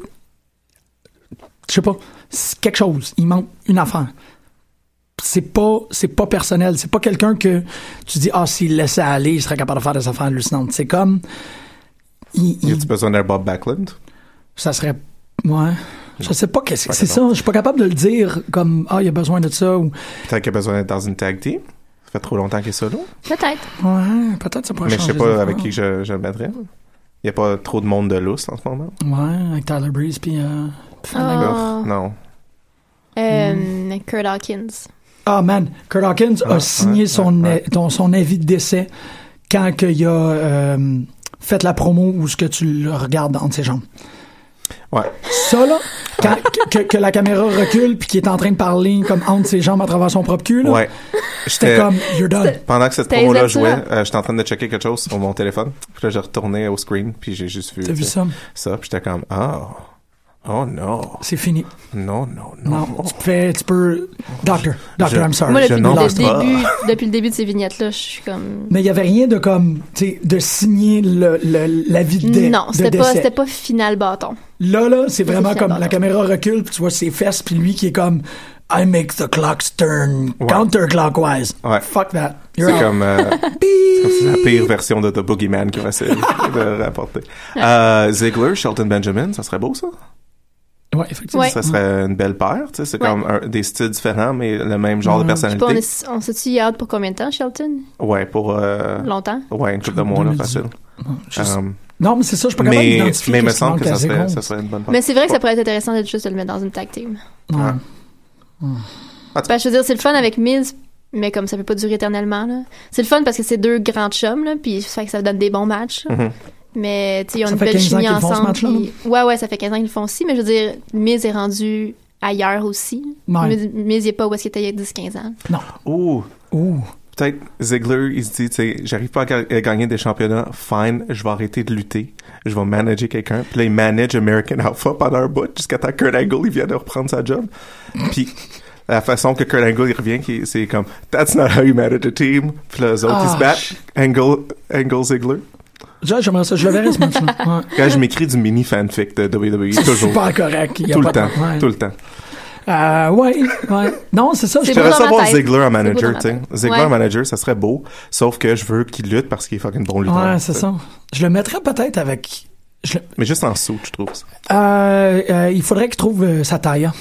D: Je sais pas. C'est quelque chose. Il manque une affaire. C'est pas, c'est pas personnel. C'est pas quelqu'un que tu dis, ah, s'il laissait aller, il serait capable de faire des affaires hallucinantes. C'est comme... il-
C: Y
D: il
C: a-tu besoin d'un Bob Backlund?
D: ça serait. Ouais. Je sais pas qu'est-ce que c'est ça.
C: capable.
D: Je suis pas capable de le dire comme Ah, il y a besoin de ça ou
C: Peut-être qu'il a besoin d'être dans une tag team. Ça fait trop longtemps qu'il est solo.
E: Peut-être.
D: Ouais, peut-être ça pourrait
C: Mais je
D: changer.
C: sais pas
D: des
C: avec
D: affaires.
C: qui je, je le mettrais. Il y a pas trop de monde de lousse en ce moment.
D: Oh. Ouais, avec Tyler Breeze puis. euh,
E: Ah.
C: Ouf, Non.
E: Euh,
D: Hmm.
E: Kurt Hawkins.
D: Ah man, Kurt Hawkins a
C: Ah, ouais,
D: signé son,
C: ouais, ouais.
D: ton- son avis de décès quand qu'il il a euh, fait la promo ou ce que tu le regardes entre ses jambes.
C: Ouais.
D: Ça là, quand,
C: Ah.
D: que, que la caméra recule puis qu'il est en train de parler comme entre ses jambes à travers son propre cul là,
C: Ouais.
D: c'était
C: J'étais
D: comme You're done.
C: pendant que cette
E: C'était
C: promo-là jouait,
E: exactement.
C: euh, j'étais en train de checker quelque chose sur mon téléphone. Puis là, j'ai retourné au screen, puis j'ai juste vu,
D: T'as vu
C: tu sais,
D: ça?
C: ça. Puis j'étais comme, oh, oh non,
D: C'est fini.
C: non, non, non.
D: Non, tu fais, tu peux. Doctor, doctor,
C: Je-
D: I'm sorry.
E: Moi,
C: je
E: depuis
C: n'en
E: le,
C: pense pas.
E: début, depuis le début de ces vignettes-là, je suis comme.
D: Mais il y avait rien de comme, tu sais, de signer le, le, la vie de, dé-
E: Non,
D: de
E: c'était pas,
D: décès.
E: c'était pas final bâton.
D: Là, là, c'est vraiment
E: c'est
D: comme
E: bon.
D: la caméra recule, puis tu vois ses fesses, puis lui qui est comme I make the clocks turn
C: Ouais.
D: counterclockwise.
C: Ouais.
D: Fuck that. You're
C: C'est
D: out.
C: comme, euh, c'est comme si la pire version de The Boogeyman qu'on va essayer de rapporter. Euh, Ziggler, Shelton Benjamin, ça serait beau ça?
D: Ouais, effectivement.
E: Ouais.
C: Ça serait une belle paire, tu sais. C'est
E: Ouais. Mm.
C: comme un- des styles différents, mais le même genre de
E: Je sais pas, on,
C: personnalité.
E: est- on s'est-tu y out pour combien de temps, Shelton?
C: Ouais, pour. Euh,
E: Longtemps?
C: ouais, une couple de mois, là,
D: 2018.
C: facile.
D: Je sais-
C: Um,
D: Non, mais c'est ça, je suis pas capable
C: mais,
D: d'identifier.
C: mais il me
D: qu'est-ce qui
C: semble que
D: manque à
C: ça serait,
D: Zegron.
C: ça serait une bonne paire.
E: Mais c'est vrai que ça pourrait être intéressant de juste de le mettre dans une tag team.
D: Ouais.
E: Parce que je veux dire, c'est le fun avec Miz, mais comme ça peut pas durer éternellement, là. C'est le fun parce que c'est deux grands chums, là, puis ça fait que ça donne des bons matchs. là.
C: Mhm.
E: Mais, tu sais, ils ont
D: Ça
E: une
D: fait
E: belle
D: 15 ans
E: chimie
D: qu'ils font ce
E: ensemble.
D: match-là,
E: puis- Ouais, ouais, ça fait 15 ans qu'ils le font aussi, mais je veux dire, Miz est rendu ailleurs aussi.
D: Ouais.
E: Miz, Miz il est pas où est-ce qu'il était il y a 10-15 ans.
C: Ouh,
D: Ouh.
C: peut-être Ziggler, il se dit, tu sais, j'arrive pas à, ga- à gagner des championnats, fine, je vais arrêter de lutter, je vais manager quelqu'un. Puis là, il manage American Alpha pendant un bout, jusqu'à temps que Kurt Angle, il vienne de reprendre sa job. Puis la façon que Kurt Angle, il revient, qui- c'est comme, that's not how you manage a team. Puis là, eux autres, ils
D: Ah,
C: se battent. Angle, Angle Ziggler.
D: Déjà, J'aimerais ça, je le verrai ce match-là. Ouais.
C: Quand je m'écris du mini fanfic de WWE, toujours.
D: Super correct. il y a
C: Tout
D: pas
C: le
D: de-
C: temps,
D: ouais.
C: tout le temps.
D: Euh, ouais, ouais. Non, c'est ça, je
E: C'est
D: te-
C: J'aimerais
E: beau dans ma
C: savoir
E: tête.
C: Ziggler en
E: C'est beau dans
C: manager,
E: ma
C: tu sais.
E: tête.
C: Ziggler
E: Ouais.
C: en manager, ça serait beau, sauf que je veux qu'il lutte parce qu'il est fucking bon lutteur.
D: Ouais,
C: tu
D: c'est
C: sais.
D: ça. Je le mettrais peut-être avec. je le-
C: Mais juste en sous, je trouve.
D: Euh, euh, il faudrait qu'il trouve euh, sa taille. hein.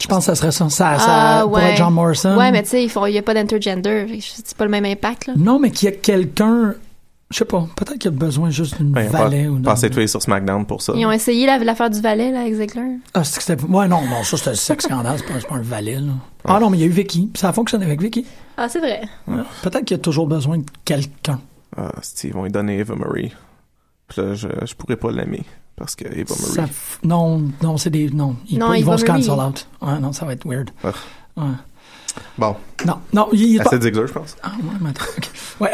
D: Je pense que ça serait ça. Ça,
E: Ah,
D: ça pourrait
E: ouais.
D: être John Morrison.
E: Ouais, mais tu sais, ils font- il n'y a pas d'intergender. fait que C'est pas le même impact, là.
D: Non, mais qu'il y a quelqu'un. Je sais pas. Peut-être qu'il y a besoin juste d'une
C: Ouais,
D: valet ou d'un-
C: Passez-toi sur SmackDown pour ça.
E: Ils ont essayé la- l'affaire du valet, là, avec Ziegler.
D: Ah, c'est que c'était- Ouais, non, non, ça c'était un sexe scandale. C'est pas, c'est pas un valet, là. Ah non, mais il y a eu Vicky. puis Ça a fonctionné avec Vicky.
E: Ah, c'est vrai.
D: Peut-être qu'il y a toujours besoin de quelqu'un.
C: Ah, si, ils vont lui donner Eva Marie. Puis là, je, je pourrais pas l'aimer parce que Eva Marie.
D: Ça f- Non, non, c'est des. Non, ils,
E: Non,
D: ils
E: il
D: vont
E: va
D: se
E: Marie.
D: cancel out. Ouais, non, ça va être weird.
C: Ah.
D: Ouais.
C: Bon,
D: Non, non, il, il est pas-
C: assez de Ziggler, je pense.
D: Ah, ouais, mais attends, ok. Ouais.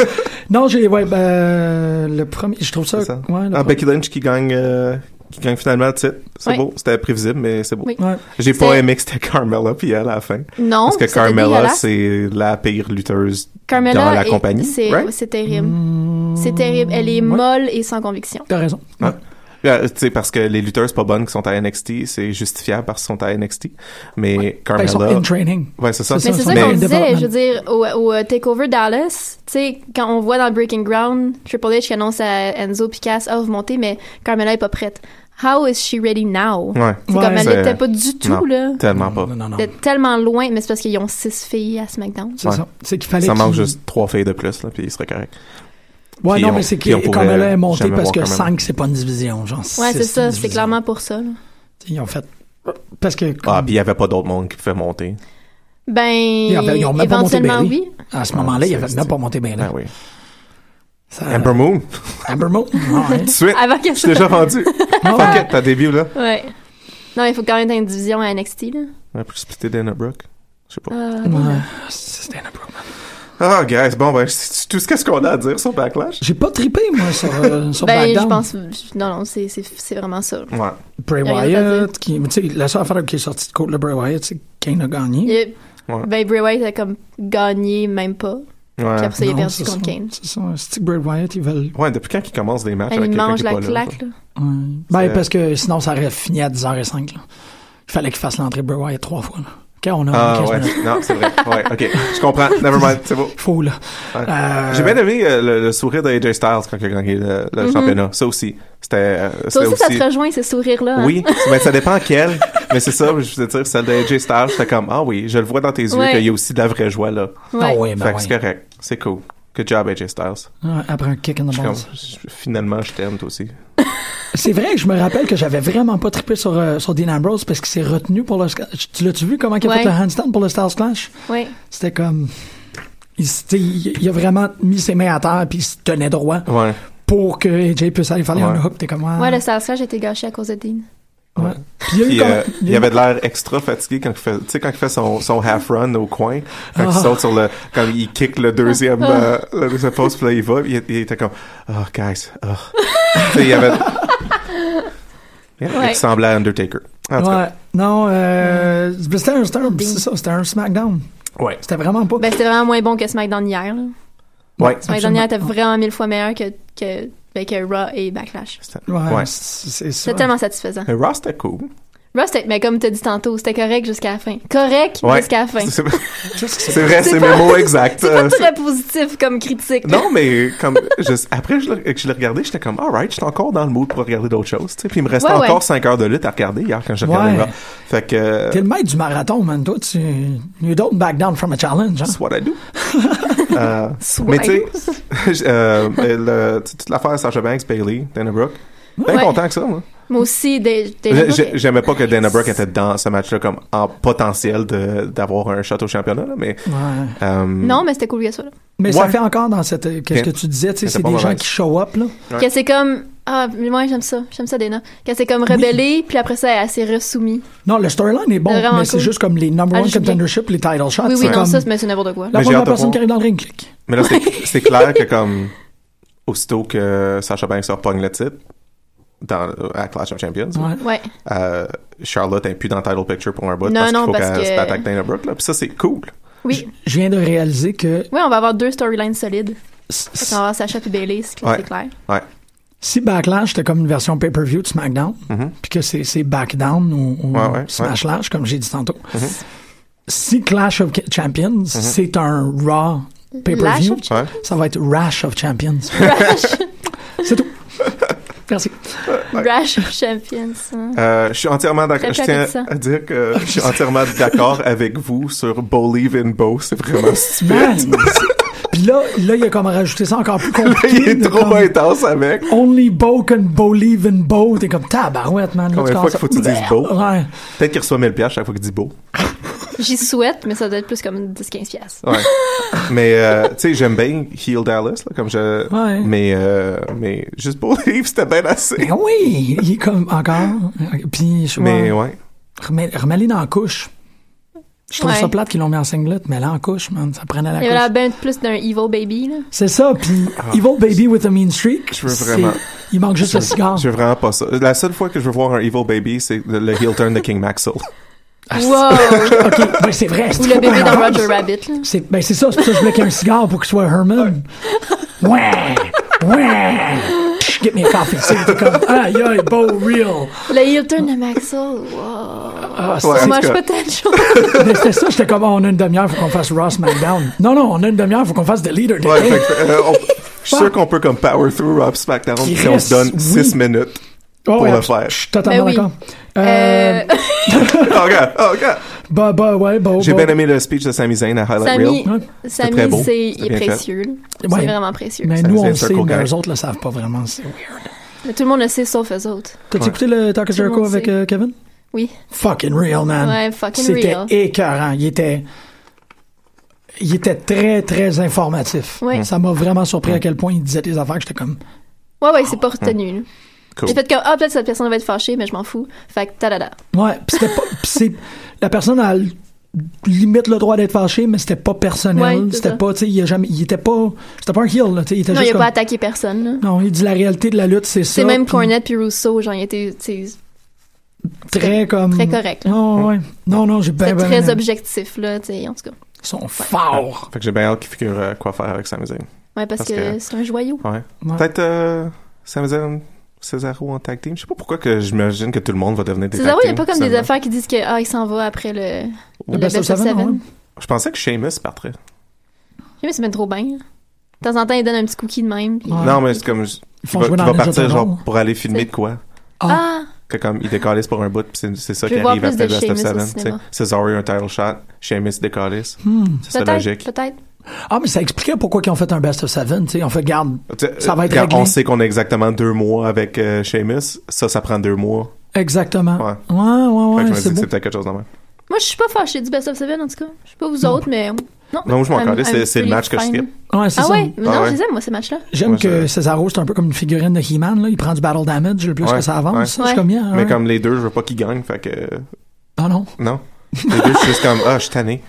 D: non, j'ai. Ouais, ben, euh, le premier. Je trouve ça.
C: C'est ça.
D: Ouais, le
C: Ah,
D: premier-
C: Becky Lynch qui gagne, euh, qui gagne finalement le titre. C'est
E: Oui.
C: beau, c'était prévisible, mais c'est beau.
E: Oui.
D: Ouais.
C: J'ai pas
E: C'est-
C: aimé que c'était Carmella puis elle à la fin.
E: Non,
C: parce que
E: c'était
C: Carmella,
E: dégueulasse.
C: c'est la pire lutteuse
E: Carmella
C: dans la
E: est-
C: compagnie.
E: C'est
C: right?
E: c'est terrible. C'est terrible. Elle est
D: Mm. ouais.
E: molle et sans conviction.
D: T'as raison.
C: Ouais. Euh, tu sais, parce que les lutteuses pas bonnes qui sont à NXT, c'est justifiable parce qu'ils sont à NXT. Mais
D: Ben, ils sont
C: Carmella.
D: in training.
C: Ouais, c'est ça.
D: C'est
E: Mais c'est ça
D: Mais-
E: qu'on disait,
D: Development.
E: je veux dire, au, au, euh, Takeover Dallas, tu sais, quand on voit dans Breaking Ground, Triple H qui annonce à Enzo Picasso, ah, vous montez, mais Carmella est pas prête. How is she ready now?
C: Ouais.
E: C'est
D: Ouais.
E: comme elle
C: C'est-
E: l'était pas du tout,
C: Non,
E: là.
C: Tellement pas.
D: Non, non, non.
E: Elle était tellement loin, mais c'est parce qu'ils ont six filles à SmackDown.
D: C'est
C: Ouais.
D: ça. C'est qu'il fallait.
C: Ça manque
D: qu'il-
C: juste trois filles de plus, là, puis il serait correct.
D: Ouais,
C: Puis
D: non,
C: on-
D: mais c'est
C: puis on
D: que
C: pourrait
D: Carmella est montée
C: jamais
D: parce
C: voir
D: que
C: Carmella.
D: 5, c'est pas une division. Genre,
E: Ouais,
D: six,
E: c'est ça,
D: une
E: c'est
D: division.
E: clairement pour ça. là.
D: Ils ont fait. Parce que.
C: Ah, puis il y avait pas d'autre monde qui pouvait monter.
E: Ben,
D: avaient- ils ont même pas monté
E: éventuellement,
D: Bayley.
E: oui.
D: à ce moment-là, il
C: ah, c'est-
D: avait même pas monté bien
C: Ah
D: là.
C: oui.
D: Ça-
C: Amber Moon, tout
D: Amber Moon. ouais.
C: de suite.
E: Avant qu'elle
C: Je suis déjà vendu.
D: Ah,
C: Fuck
D: ouais.
C: it, ta début, là.
E: Ouais. Non, il faut quand même être une division à NXT, là.
C: Ouais, pour splitter Dana Brooke. Je sais pas.
E: Ah,
D: Ouais, C'était un peu.
C: Ah, guys, bon, ben, c'est tout ce qu'est-ce qu'on a à dire sur Backlash.
D: J'ai pas trippé, moi, sur, euh, sur
E: Ben, je
D: Backdown.
E: pense. Non, non, c'est- c'est c'est vraiment ça.
C: Ouais.
D: Bray
E: Y a rien d'autre à
D: Wyatt,
E: dire.
D: qui, mais tu sais, la seule affaire qui est sortie de côte de Bray Wyatt, c'est Kane a
E: Il
D: gagné.
E: y a-
C: Ouais.
E: Ben, Bray Wyatt a comme gagné, même pas. Puis
C: Ouais.
E: après ça, il a
D: Non,
E: perdu
D: c'est
E: contre
D: ça.
E: Kane.
D: C'est ça. C'est que Bray Wyatt, ils veulent.
C: Ouais, depuis quand ils commencent des matchs
E: Elle
C: avec
E: il
C: quelqu'un
E: mange
C: qui est
E: la
C: pas là?
E: claque, là.
D: Ben,
C: C'est-
D: parce que sinon, ça aurait fini à 10h05. là. Il fallait qu'il fasse l'entrée de Bray Wyatt trois fois. Là. Quand on a
C: Ah
D: 15
C: ouais,
D: minutes.
C: non, c'est vrai. Ouais, ok, je comprends. Never mind, c'est beau.
D: Faux, là.
C: Ouais.
D: Euh,
C: J'ai bien aimé euh, le, le sourire d'AJ Styles quand il a gagné le, le championnat. Ça aussi, c'était. euh,
E: Toi
C: c'était
E: aussi, Mm-hmm. ça te rejoint, ce sourire-là. hein?
C: Oui, mais ça dépend quelle. mais c'est ça, je veux dire, celle d'AJ Styles, c'était comme, ah oui, je le vois dans tes yeux
E: Ouais.
C: qu'il y a aussi de la vraie joie là.
D: Ah
E: Ouais.
D: ouais,
C: fait
D: ben Ah
C: que c'est
D: ouais.
C: correct, c'est cool. Good job, AJ Styles.
D: Ouais, Après un kick in the
C: Je suis
D: balls.
C: comme, je- finalement, je t'aime, toi aussi.
D: C'est vrai que je me rappelle que j'avais vraiment pas trippé sur, euh, sur Dean Ambrose parce qu'il s'est retenu pour le. sc- Tu l'as-tu vu comment il a
E: Ouais.
D: fait le handstand pour le Stars Clash?
E: Ouais.
D: C'était comme. Il, s- tu sais, il- il a vraiment mis ses mains à terre puis il se tenait droit
C: Ouais.
D: pour que AJ puisse aller faire
C: Ouais.
D: un hook. T'es comme. ah,
E: Ouais, le Sarsa, j'ai été gâché à cause de Dean.
D: ouais. Puis il y a eu
C: Puis,
D: comme-
C: euh, il avait de l'air extra fatigué quand il fait, tu sais, quand il fait son, son half run au coin, quand il
D: Ah.
C: saute sur le, quand il kick le deuxième,
E: Ah.
C: euh, le deuxième poste, puis là il va, puis il, il était comme, oh guys, oh. tu sais, il avait, Yeah, il
E: Ouais.
C: ressemblait à Undertaker. En tout
D: Ouais.
C: cas,
D: Non, euh, c'était un, c'était un- c'est ça, c'était un SmackDown.
C: Ouais.
D: C'était vraiment pas.
E: Ben, c'était vraiment moins bon que SmackDown hier, là.
C: ouais.
E: SmackDown
D: Absolument.
E: hier était vraiment mille fois meilleur que, que, ben, que Raw et Backlash.
C: C'était-
D: ouais,
C: ouais.
D: c'est c'est ça.
E: C'était tellement satisfaisant.
C: Mais Ross était cool.
E: Raw, c'était, mais comme t'as dit tantôt, c'était correct jusqu'à la fin. Correct
C: Ouais.
E: jusqu'à la fin.
C: C'est
D: Qu'est-ce que
C: c'est vrai,
E: C'est
C: c'est mes
E: pas-
C: mots exacts.
E: C'est
C: Euh,
E: pas très positif comme critique.
C: Non, mais comme je- après je l'ai- que je l'ai regardé, j'étais comme alright, j'étais encore dans le mood pour regarder d'autres choses. tu sais. Puis il me restait
E: Ouais, ouais.
C: encore 5 heures de lutte à regarder hier quand je regardais.
D: Ouais.
C: Raw. Fait que euh,
D: T'es le maître du marathon, man. Toi, tu. You don't back down from a challenge, hein?
C: that's what I do. Euh,
E: Soit.
C: mais tu sais, je- euh, le- tu- toute l'affaire Sasha Banks, Bailey, Dana Brooke, bien
E: Ouais.
C: content que ça. Moi.
E: Moi aussi, des, des
C: J'ai- j'ai- J'aimais pas que Dana Brooke était dans ce match-là comme en potentiel de- d'avoir un shot au championnat, là, mais
D: Ouais.
C: euh,
E: Non, mais c'était cool que ça. Là.
D: Mais ça
C: Ouais.
D: fait encore dans cette. euh, Qu'est-ce
C: Bien.
D: que tu disais, tu sais,
C: C'était
D: c'est
C: pas
D: des gens
C: mauvaise.
D: qui show up, là.
C: Ouais.
E: Que c'est comme. Ah, mais moi, j'aime ça. J'aime ça, Dana. Que c'est comme rebellée, puis après ça, elle s'est ressoumise.
D: Non, le storyline est bon,
E: Vraiment
D: mais c'est
E: cool.
D: juste comme les number
E: Ah,
D: one
E: je-
D: contendership, les title shots.
E: oui, oui,
D: c'est
E: non,
D: Ah, comme
E: ça, mais c'est n'importe quoi.
D: La
C: Mais j'ai hâte
D: première
C: de
D: personne
C: voir.
D: qui arrive dans le ring, clique.
C: Mais là, c'est c'est clair que comme aussitôt que Sasha Banks repogne le titre dans, à Clash of Champions,
D: Ouais.
E: Ouais.
C: euh, Charlotte n'est plus dans Title Picture pour un bout
E: Non,
C: parce qu'il
E: non,
C: faut
E: parce
C: qu'elle
E: que-
C: se attaque Dana Brooke. Là. Puis ça, c'est cool.
E: Oui.
D: Je viens de réaliser que
E: Ouais, on va avoir deux storylines solides.
D: s-
E: Fait
D: s-
E: qu'on va avoir Sacha puis Bailey, c'est clair.
C: Ouais.
E: c'est clair.
C: Ouais.
D: si Backlash c'était comme une version pay-per-view de SmackDown, puis que c'est c'est Backdown ou,
C: Mm-hmm.
D: ou
C: Ouais, ouais, Mm-hmm.
D: Smashlash, comme j'ai dit tantôt, si Clash of Champions, c'est un Raw pay-per-view,
E: Lash of
C: Ouais.
D: ça va être Rash of Champions. c'est tout. Merci.
E: Rash of Champions. hein.
C: Euh, je suis entièrement d'accord. Je
E: Répète
C: tiens
E: ça.
C: à dire que je suis entièrement d'accord avec vous sur Believe in Bo. C'est vraiment stupide.
D: Man, c'est- Puis là, là, il a comme rajouté ça encore plus compliqué.
C: Il est
D: de
C: trop
D: comme,
C: intense avec.
D: Only Bo can believe in Bo. T'es comme tabarouette, man. Là,
C: Combien
D: tu
C: de fois
D: commences
C: qu'il faut que tu
D: à-
C: dises Bo?
D: Ouais.
C: Peut-être qu'il reçoit 1000 pièces chaque fois qu'il dit Bo.
E: J'y souhaite, mais ça doit être plus comme 10-15$. piastres.
C: Ouais. mais euh, tu sais, j'aime bien Heal Dallas, là, comme je.
D: Ouais.
C: Mais euh, mais juste Believe, c'était bien assez.
D: Ben oui, il est comme encore. Puis je
C: Mais
D: mais
C: ouais.
D: remets, remets-les dans la couche. Je trouve
E: Ouais.
D: ça plate qu'ils l'ont mis en singlet, mais là en couche, man, ça prenait la
E: Il y
D: couche.
E: avait l'air bien plus d'un Evil Baby, là.
D: C'est ça, puis Evil Baby with a Mean Streak.
C: Ah. Je veux
D: c'est-
C: vraiment-
D: Il manque juste le cigare.
C: Je veux vraiment pas ça. La seule fois que je veux voir un Evil Baby, c'est le, le heel turn de King Maxwell. Ah,
E: Wow!
D: Ok, ben c'est vrai.
E: Ou le bébé dans Roger Rabbit, là.
D: C'est, ben c'est ça, c'est pour ça que je voulais qu'il y ait un cigare pour qu'il soit Herman. Ouais, ouais. Psh, Get me a coffee. C'est t'es comme, aïe, aïe, Bo Real.
E: Le heel turn de Maxwell. Wow!
D: Ah, c'est-
C: Ouais.
E: On
C: en
E: mange
C: tout cas.
E: pas tant de choses.
D: mais c'était ça, j'étais comme, oh, on a une demi-heure, faut qu'on fasse Ross McDown. Non, non, on a une demi-heure, faut qu'on fasse The Leader.
C: Ouais,
D: Today.
C: fait que, euh, on- je suis sûr qu'on peut comme power through Rob SmackDown si on se donne
D: oui.
C: 6 minutes.
D: Oh,
C: pour
D: ouais,
C: le faire.
D: Je suis totalement
E: Ben oui.
D: d'accord. Euh,
E: Euh,
C: Oh god, oh god.
D: bah, bah, ouais, bah,
C: J'ai
D: bah,
C: bien aimé le speech de Sami Zayn à Highlight
E: Sami,
C: Reel.
E: Sami,
C: très beau.
E: c'est,
C: C'était
E: il est
C: bien fait.
E: précieux. là. C'est
D: Ouais.
E: vraiment précieux.
D: Mais
C: Ça
D: nous,
C: nous
D: on le
C: circle
D: sait, mais
C: guy.
D: eux autres le savent pas vraiment. c'est-
E: Mais tout le monde le sait, sauf eux autres.
D: T'as-tu écouté le Talk of
E: Tout le
D: Jericho
E: monde
D: avec
E: sait.
D: euh, Kevin?
E: Oui.
D: Fucking real, man.
E: Ouais, fucking
D: Ah, C'était
E: real.
D: écœurant. Il était... Il était très, très informatif.
E: Ouais.
D: Ça m'a vraiment surpris à quel point il disait des affaires que j'étais comme...
E: Ouais, ouais, c'est pas
D: Ah.
E: retenu. là.
C: Cool.
E: J'ai fait comme, ah, peut-être cette personne va être fâchée, mais je m'en fous. Fait que, ta
D: Ouais, pis c'était pas... pis c'est- la personne, elle limite le droit d'être fâché, mais c'était pas personnel.
E: Ouais, c'est
D: c'était
E: ça.
D: pas, tu sais, il a jamais, il était pas, c'était pas un heel, là, tu sais, il était
E: Non, il
D: juste
E: a
D: comme-
E: pas attaqué personne. là.
D: Non, il dit la réalité de la lutte, c'est ça.
E: C'est même
D: puis
E: Cornette puis Rousseau, genre, il était tu sais,
D: Très comme.
E: très correct. là.
D: Non, ouais. Non, non, j'ai
E: C'était
D: bien. bien-
E: très
D: bien-
E: objectif, là, tu sais, en tout cas.
D: Ils sont forts.
C: Fait que j'ai bien hâte qu'il figure euh, quoi faire avec Sami Zayn.
E: Ouais, parce,
C: Parce
E: que,
C: que-
E: c'est un joyau.
C: Ouais.
D: Ouais.
C: Peut-être euh, Sami Zayn, Cesaro en tag team. Je sais pas pourquoi que j'imagine que tout le monde va devenir des
E: C'est
C: tag
E: ça,
C: team.
E: il n'y a pas comme des
C: finalement.
E: affaires qui disent que ah, il s'en va après le,
D: Le
E: le
D: best of seven, ouais.
C: Je pensais que Sheamus partait.
E: Jamais se met trop bien. là. De temps en temps, il donne un petit cookie de même. puis-
D: Ouais.
C: Non, mais c'est comme... je- Qui
D: Ils font
C: va,
D: jouer
C: qui
D: dans
C: va
D: le
C: partir
D: Jotaro.
C: genre pour aller filmer de quoi?
E: Ah!
C: Que comme il décalisse pour un bout, puis c'est c'est ça
E: Je
C: qui
E: veux voir
C: arrive
E: plus
C: après
E: de
C: Best of
E: Sheamus au
C: Seven.
E: cinéma.
C: tu sais. Cesaro un title shot, Sheamus décalisse.
D: Hmm.
C: Ça, C'est
E: Peut-être,
C: logique.
E: peut-être.
D: Ah, mais ça expliquait pourquoi ils ont fait un best of seven, tu sais. On fait, garde,
C: Tu sais,
D: Ça va être
C: quand
D: réglé.
C: On sait qu'on a exactement deux mois avec euh, Sheamus. Ça, ça prend deux mois.
D: exactement.
C: Ouais.
D: ouais,
C: Fait
D: ouais,
C: que je me dis que
D: c'est beau.
C: c'est peut-être quelque chose de même.
E: Moi, je suis pas fâchée du Best of Seven, en tout cas. Je sais pas vous autres, mais. euh, Non,
C: Non, moi, je m'en
E: I'm-
C: calais, c'est-
E: I'm
C: c'est le match que je
E: fine.
C: skip.
D: Ouais, c'est
E: Ah
D: ça.
E: ouais? Mais
C: Ah
E: non,
C: ouais.
E: je les aime, moi, ce match-là.
D: J'aime
C: Ouais,
D: que
C: c'est-
D: Cesaro, c'est un peu comme une figurine de He-Man, là. Il prend du battle damage le plus
C: Ouais,
D: que ça avance.
C: ouais.
D: Je suis
E: Ouais.
D: comme bien.
C: Mais comme les deux, je veux pas qu'ils gagnent, fait que... euh,
D: Ah non.
C: Non. Les deux, je suis juste comme, ah, je suis tanné.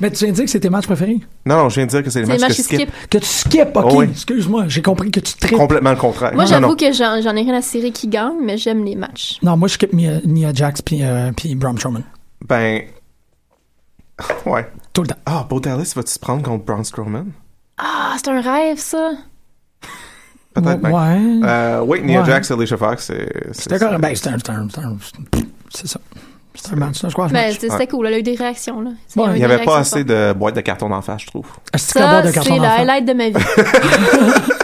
D: Mais tu viens de dire que c'est tes matchs préférés?
C: Non, non, je viens de dire que c'est les
E: C'est le
C: matchs
E: match
C: que
E: que je skip.
D: Que tu skippes, ok.
C: Oh oui.
D: Excuse-moi, j'ai compris que tu tripes.
C: Complètement le contraire.
E: Moi,
C: Non,
E: j'avoue
C: non.
E: que j'en j'en ai rien à cirer qui gagne, mais j'aime les matchs.
D: Non, moi, je skip Nia, Nia Jax puis, euh, puis Braun Strowman.
C: Ben... Ouais.
D: Tout le temps.
C: Ah, Bo Dallas va-tu se prendre contre Braun Strowman?
E: Ah, c'est un rêve, ça.
C: Peut-être
D: Ouais.
C: bien. Euh, oui, Nia
D: Ouais.
C: Jax, Alicia Fox, c'est... c'est-
D: C'était quand
C: c'est-
D: Ben, c'est un. C'est un- c'est un- c'est ça. C'est un match, c'est un squash
E: Mais
D: Ah, match.
E: c'était c'était cool, là, il y a eu des réactions, là.
D: Ouais,
E: eu
C: Il n'y
E: des
C: avait pas
E: réactions
C: assez de boîtes de carton d'en face, je trouve.
D: Est-ce que de
E: fortes. Ça, c'est
D: carton
E: le
D: d'enfant?
E: highlight de ma vie.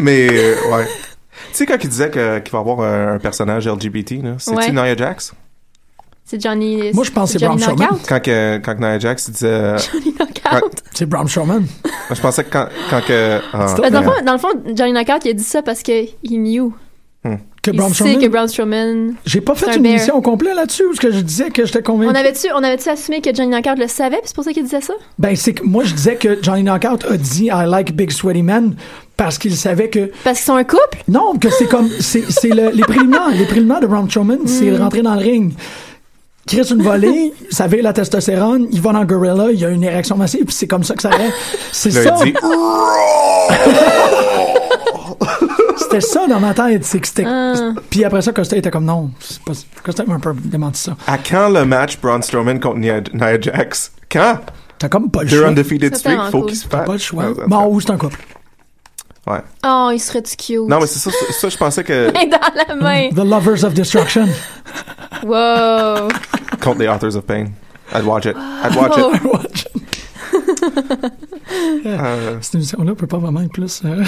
C: Mais, euh, ouais. Tu sais, quand il disait que- qu'il va avoir un, un personnage LGBT, là, c'est-tu
E: Ouais.
C: Nia Jax?
E: C'est Johnny.
D: Moi, je pense que c'est
E: Johnny
D: Braun Strowman.
E: Knockout.
C: Quand, que, quand que Nia Jax disait... euh,
E: Johnny Knockout.
D: C'est Braun Strowman.
C: moi, je pensais que quand, quand que... ah,
E: Mais dans,
C: merde.
E: le fond, dans le fond, Johnny Knockout, il a dit ça parce qu'il knew.
D: Que
E: il
D: Braun
E: sait que
D: Strowman.
E: Braun Strowman.
D: J'ai pas fait
E: c'est un
D: une
E: bear.
D: émission au complet là-dessus, parce que je disais que j'étais convaincu.
E: On avait-tu on avait assumé que Johnny Knockout le savait, puis c'est pour ça qu'il disait ça?
D: Ben, c'est que moi, je disais que Johnny Knockout a dit I like big sweaty men parce qu'il savait que.
E: Parce qu'ils sont un couple?
D: Non, que c'est comme. C'est c'est le- les préliminaires. Les préliminaires de Braun Strowman, c'est rentrer dans le ring. Chris une volée, ça vire la testostérone, il va dans Gorilla, il a une érection massive, puis c'est comme ça que ça va. C'est
C: Là,
D: ça.
C: il dit...
D: C'était ça dans ma tête. C'est que c'était. Puis après ça, Costa était comme non. c'est Pas... Costa m'a un peu démenti ça.
C: À quand le match Braun Strowman contre Nia, Nia Jax? Quand?
D: T'as comme pas le
C: They're
D: choix.
C: undefeated Ah,
E: C'est
C: streak,
E: tellement
C: faut
E: cool.
C: qu'il se
D: T'as
C: fasse.
D: Pas le choix.
C: Ouais,
D: Bon, ou c'est un couple.
C: ouais.
E: Oh, il serait-tu cute?
C: Non, mais c'est ça, c'est- ça, je pensais que
E: Main dans la main!
D: The Lovers of Destruction.
E: Wow!
C: contre les Authors of Pain. I'd watch it. I'd watch
D: Oh.
C: it.
D: Watch.
C: Euh,
D: Cette émission-là peut pas vraiment être plus. euh,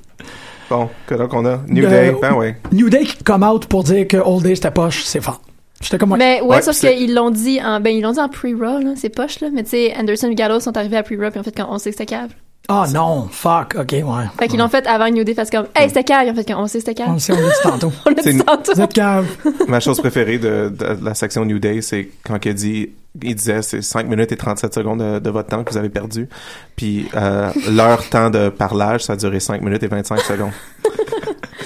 C: bon, que là qu'on a? New
D: Euh,
C: Day, ben ouais.
D: New Day qui come out pour dire que Old Day c'était poche, c'est fort. J'étais comme.
E: Mais ouais,
C: Ouais,
E: sauf
C: c'est-
E: qu'ils l'ont dit en ben ils l'ont dit en pre-raw là, c'est poche là, mais tu sais Anderson et Gallo sont arrivés à pre-raw puis en fait quand on sait que c'était cave.
D: Ah non, fuck, ok, ouais.
E: Fait qu'ils l'ont fait avant New Day parce comme hey, c'était cave, en fait quand on sait que c'était
D: On
E: cave.
D: le sait, on l'a dit tantôt.
E: On l'a
C: C'est
E: dit
C: une-
E: tantôt.
D: Vous êtes cave.
C: Ma chose préférée de, de- de la section New Day, c'est quand il dit, il disait c'est 5 minutes et 37 secondes de, de votre temps que vous avez perdu. Puis euh, leur temps de parlage, ça a duré 5 minutes et 25 secondes.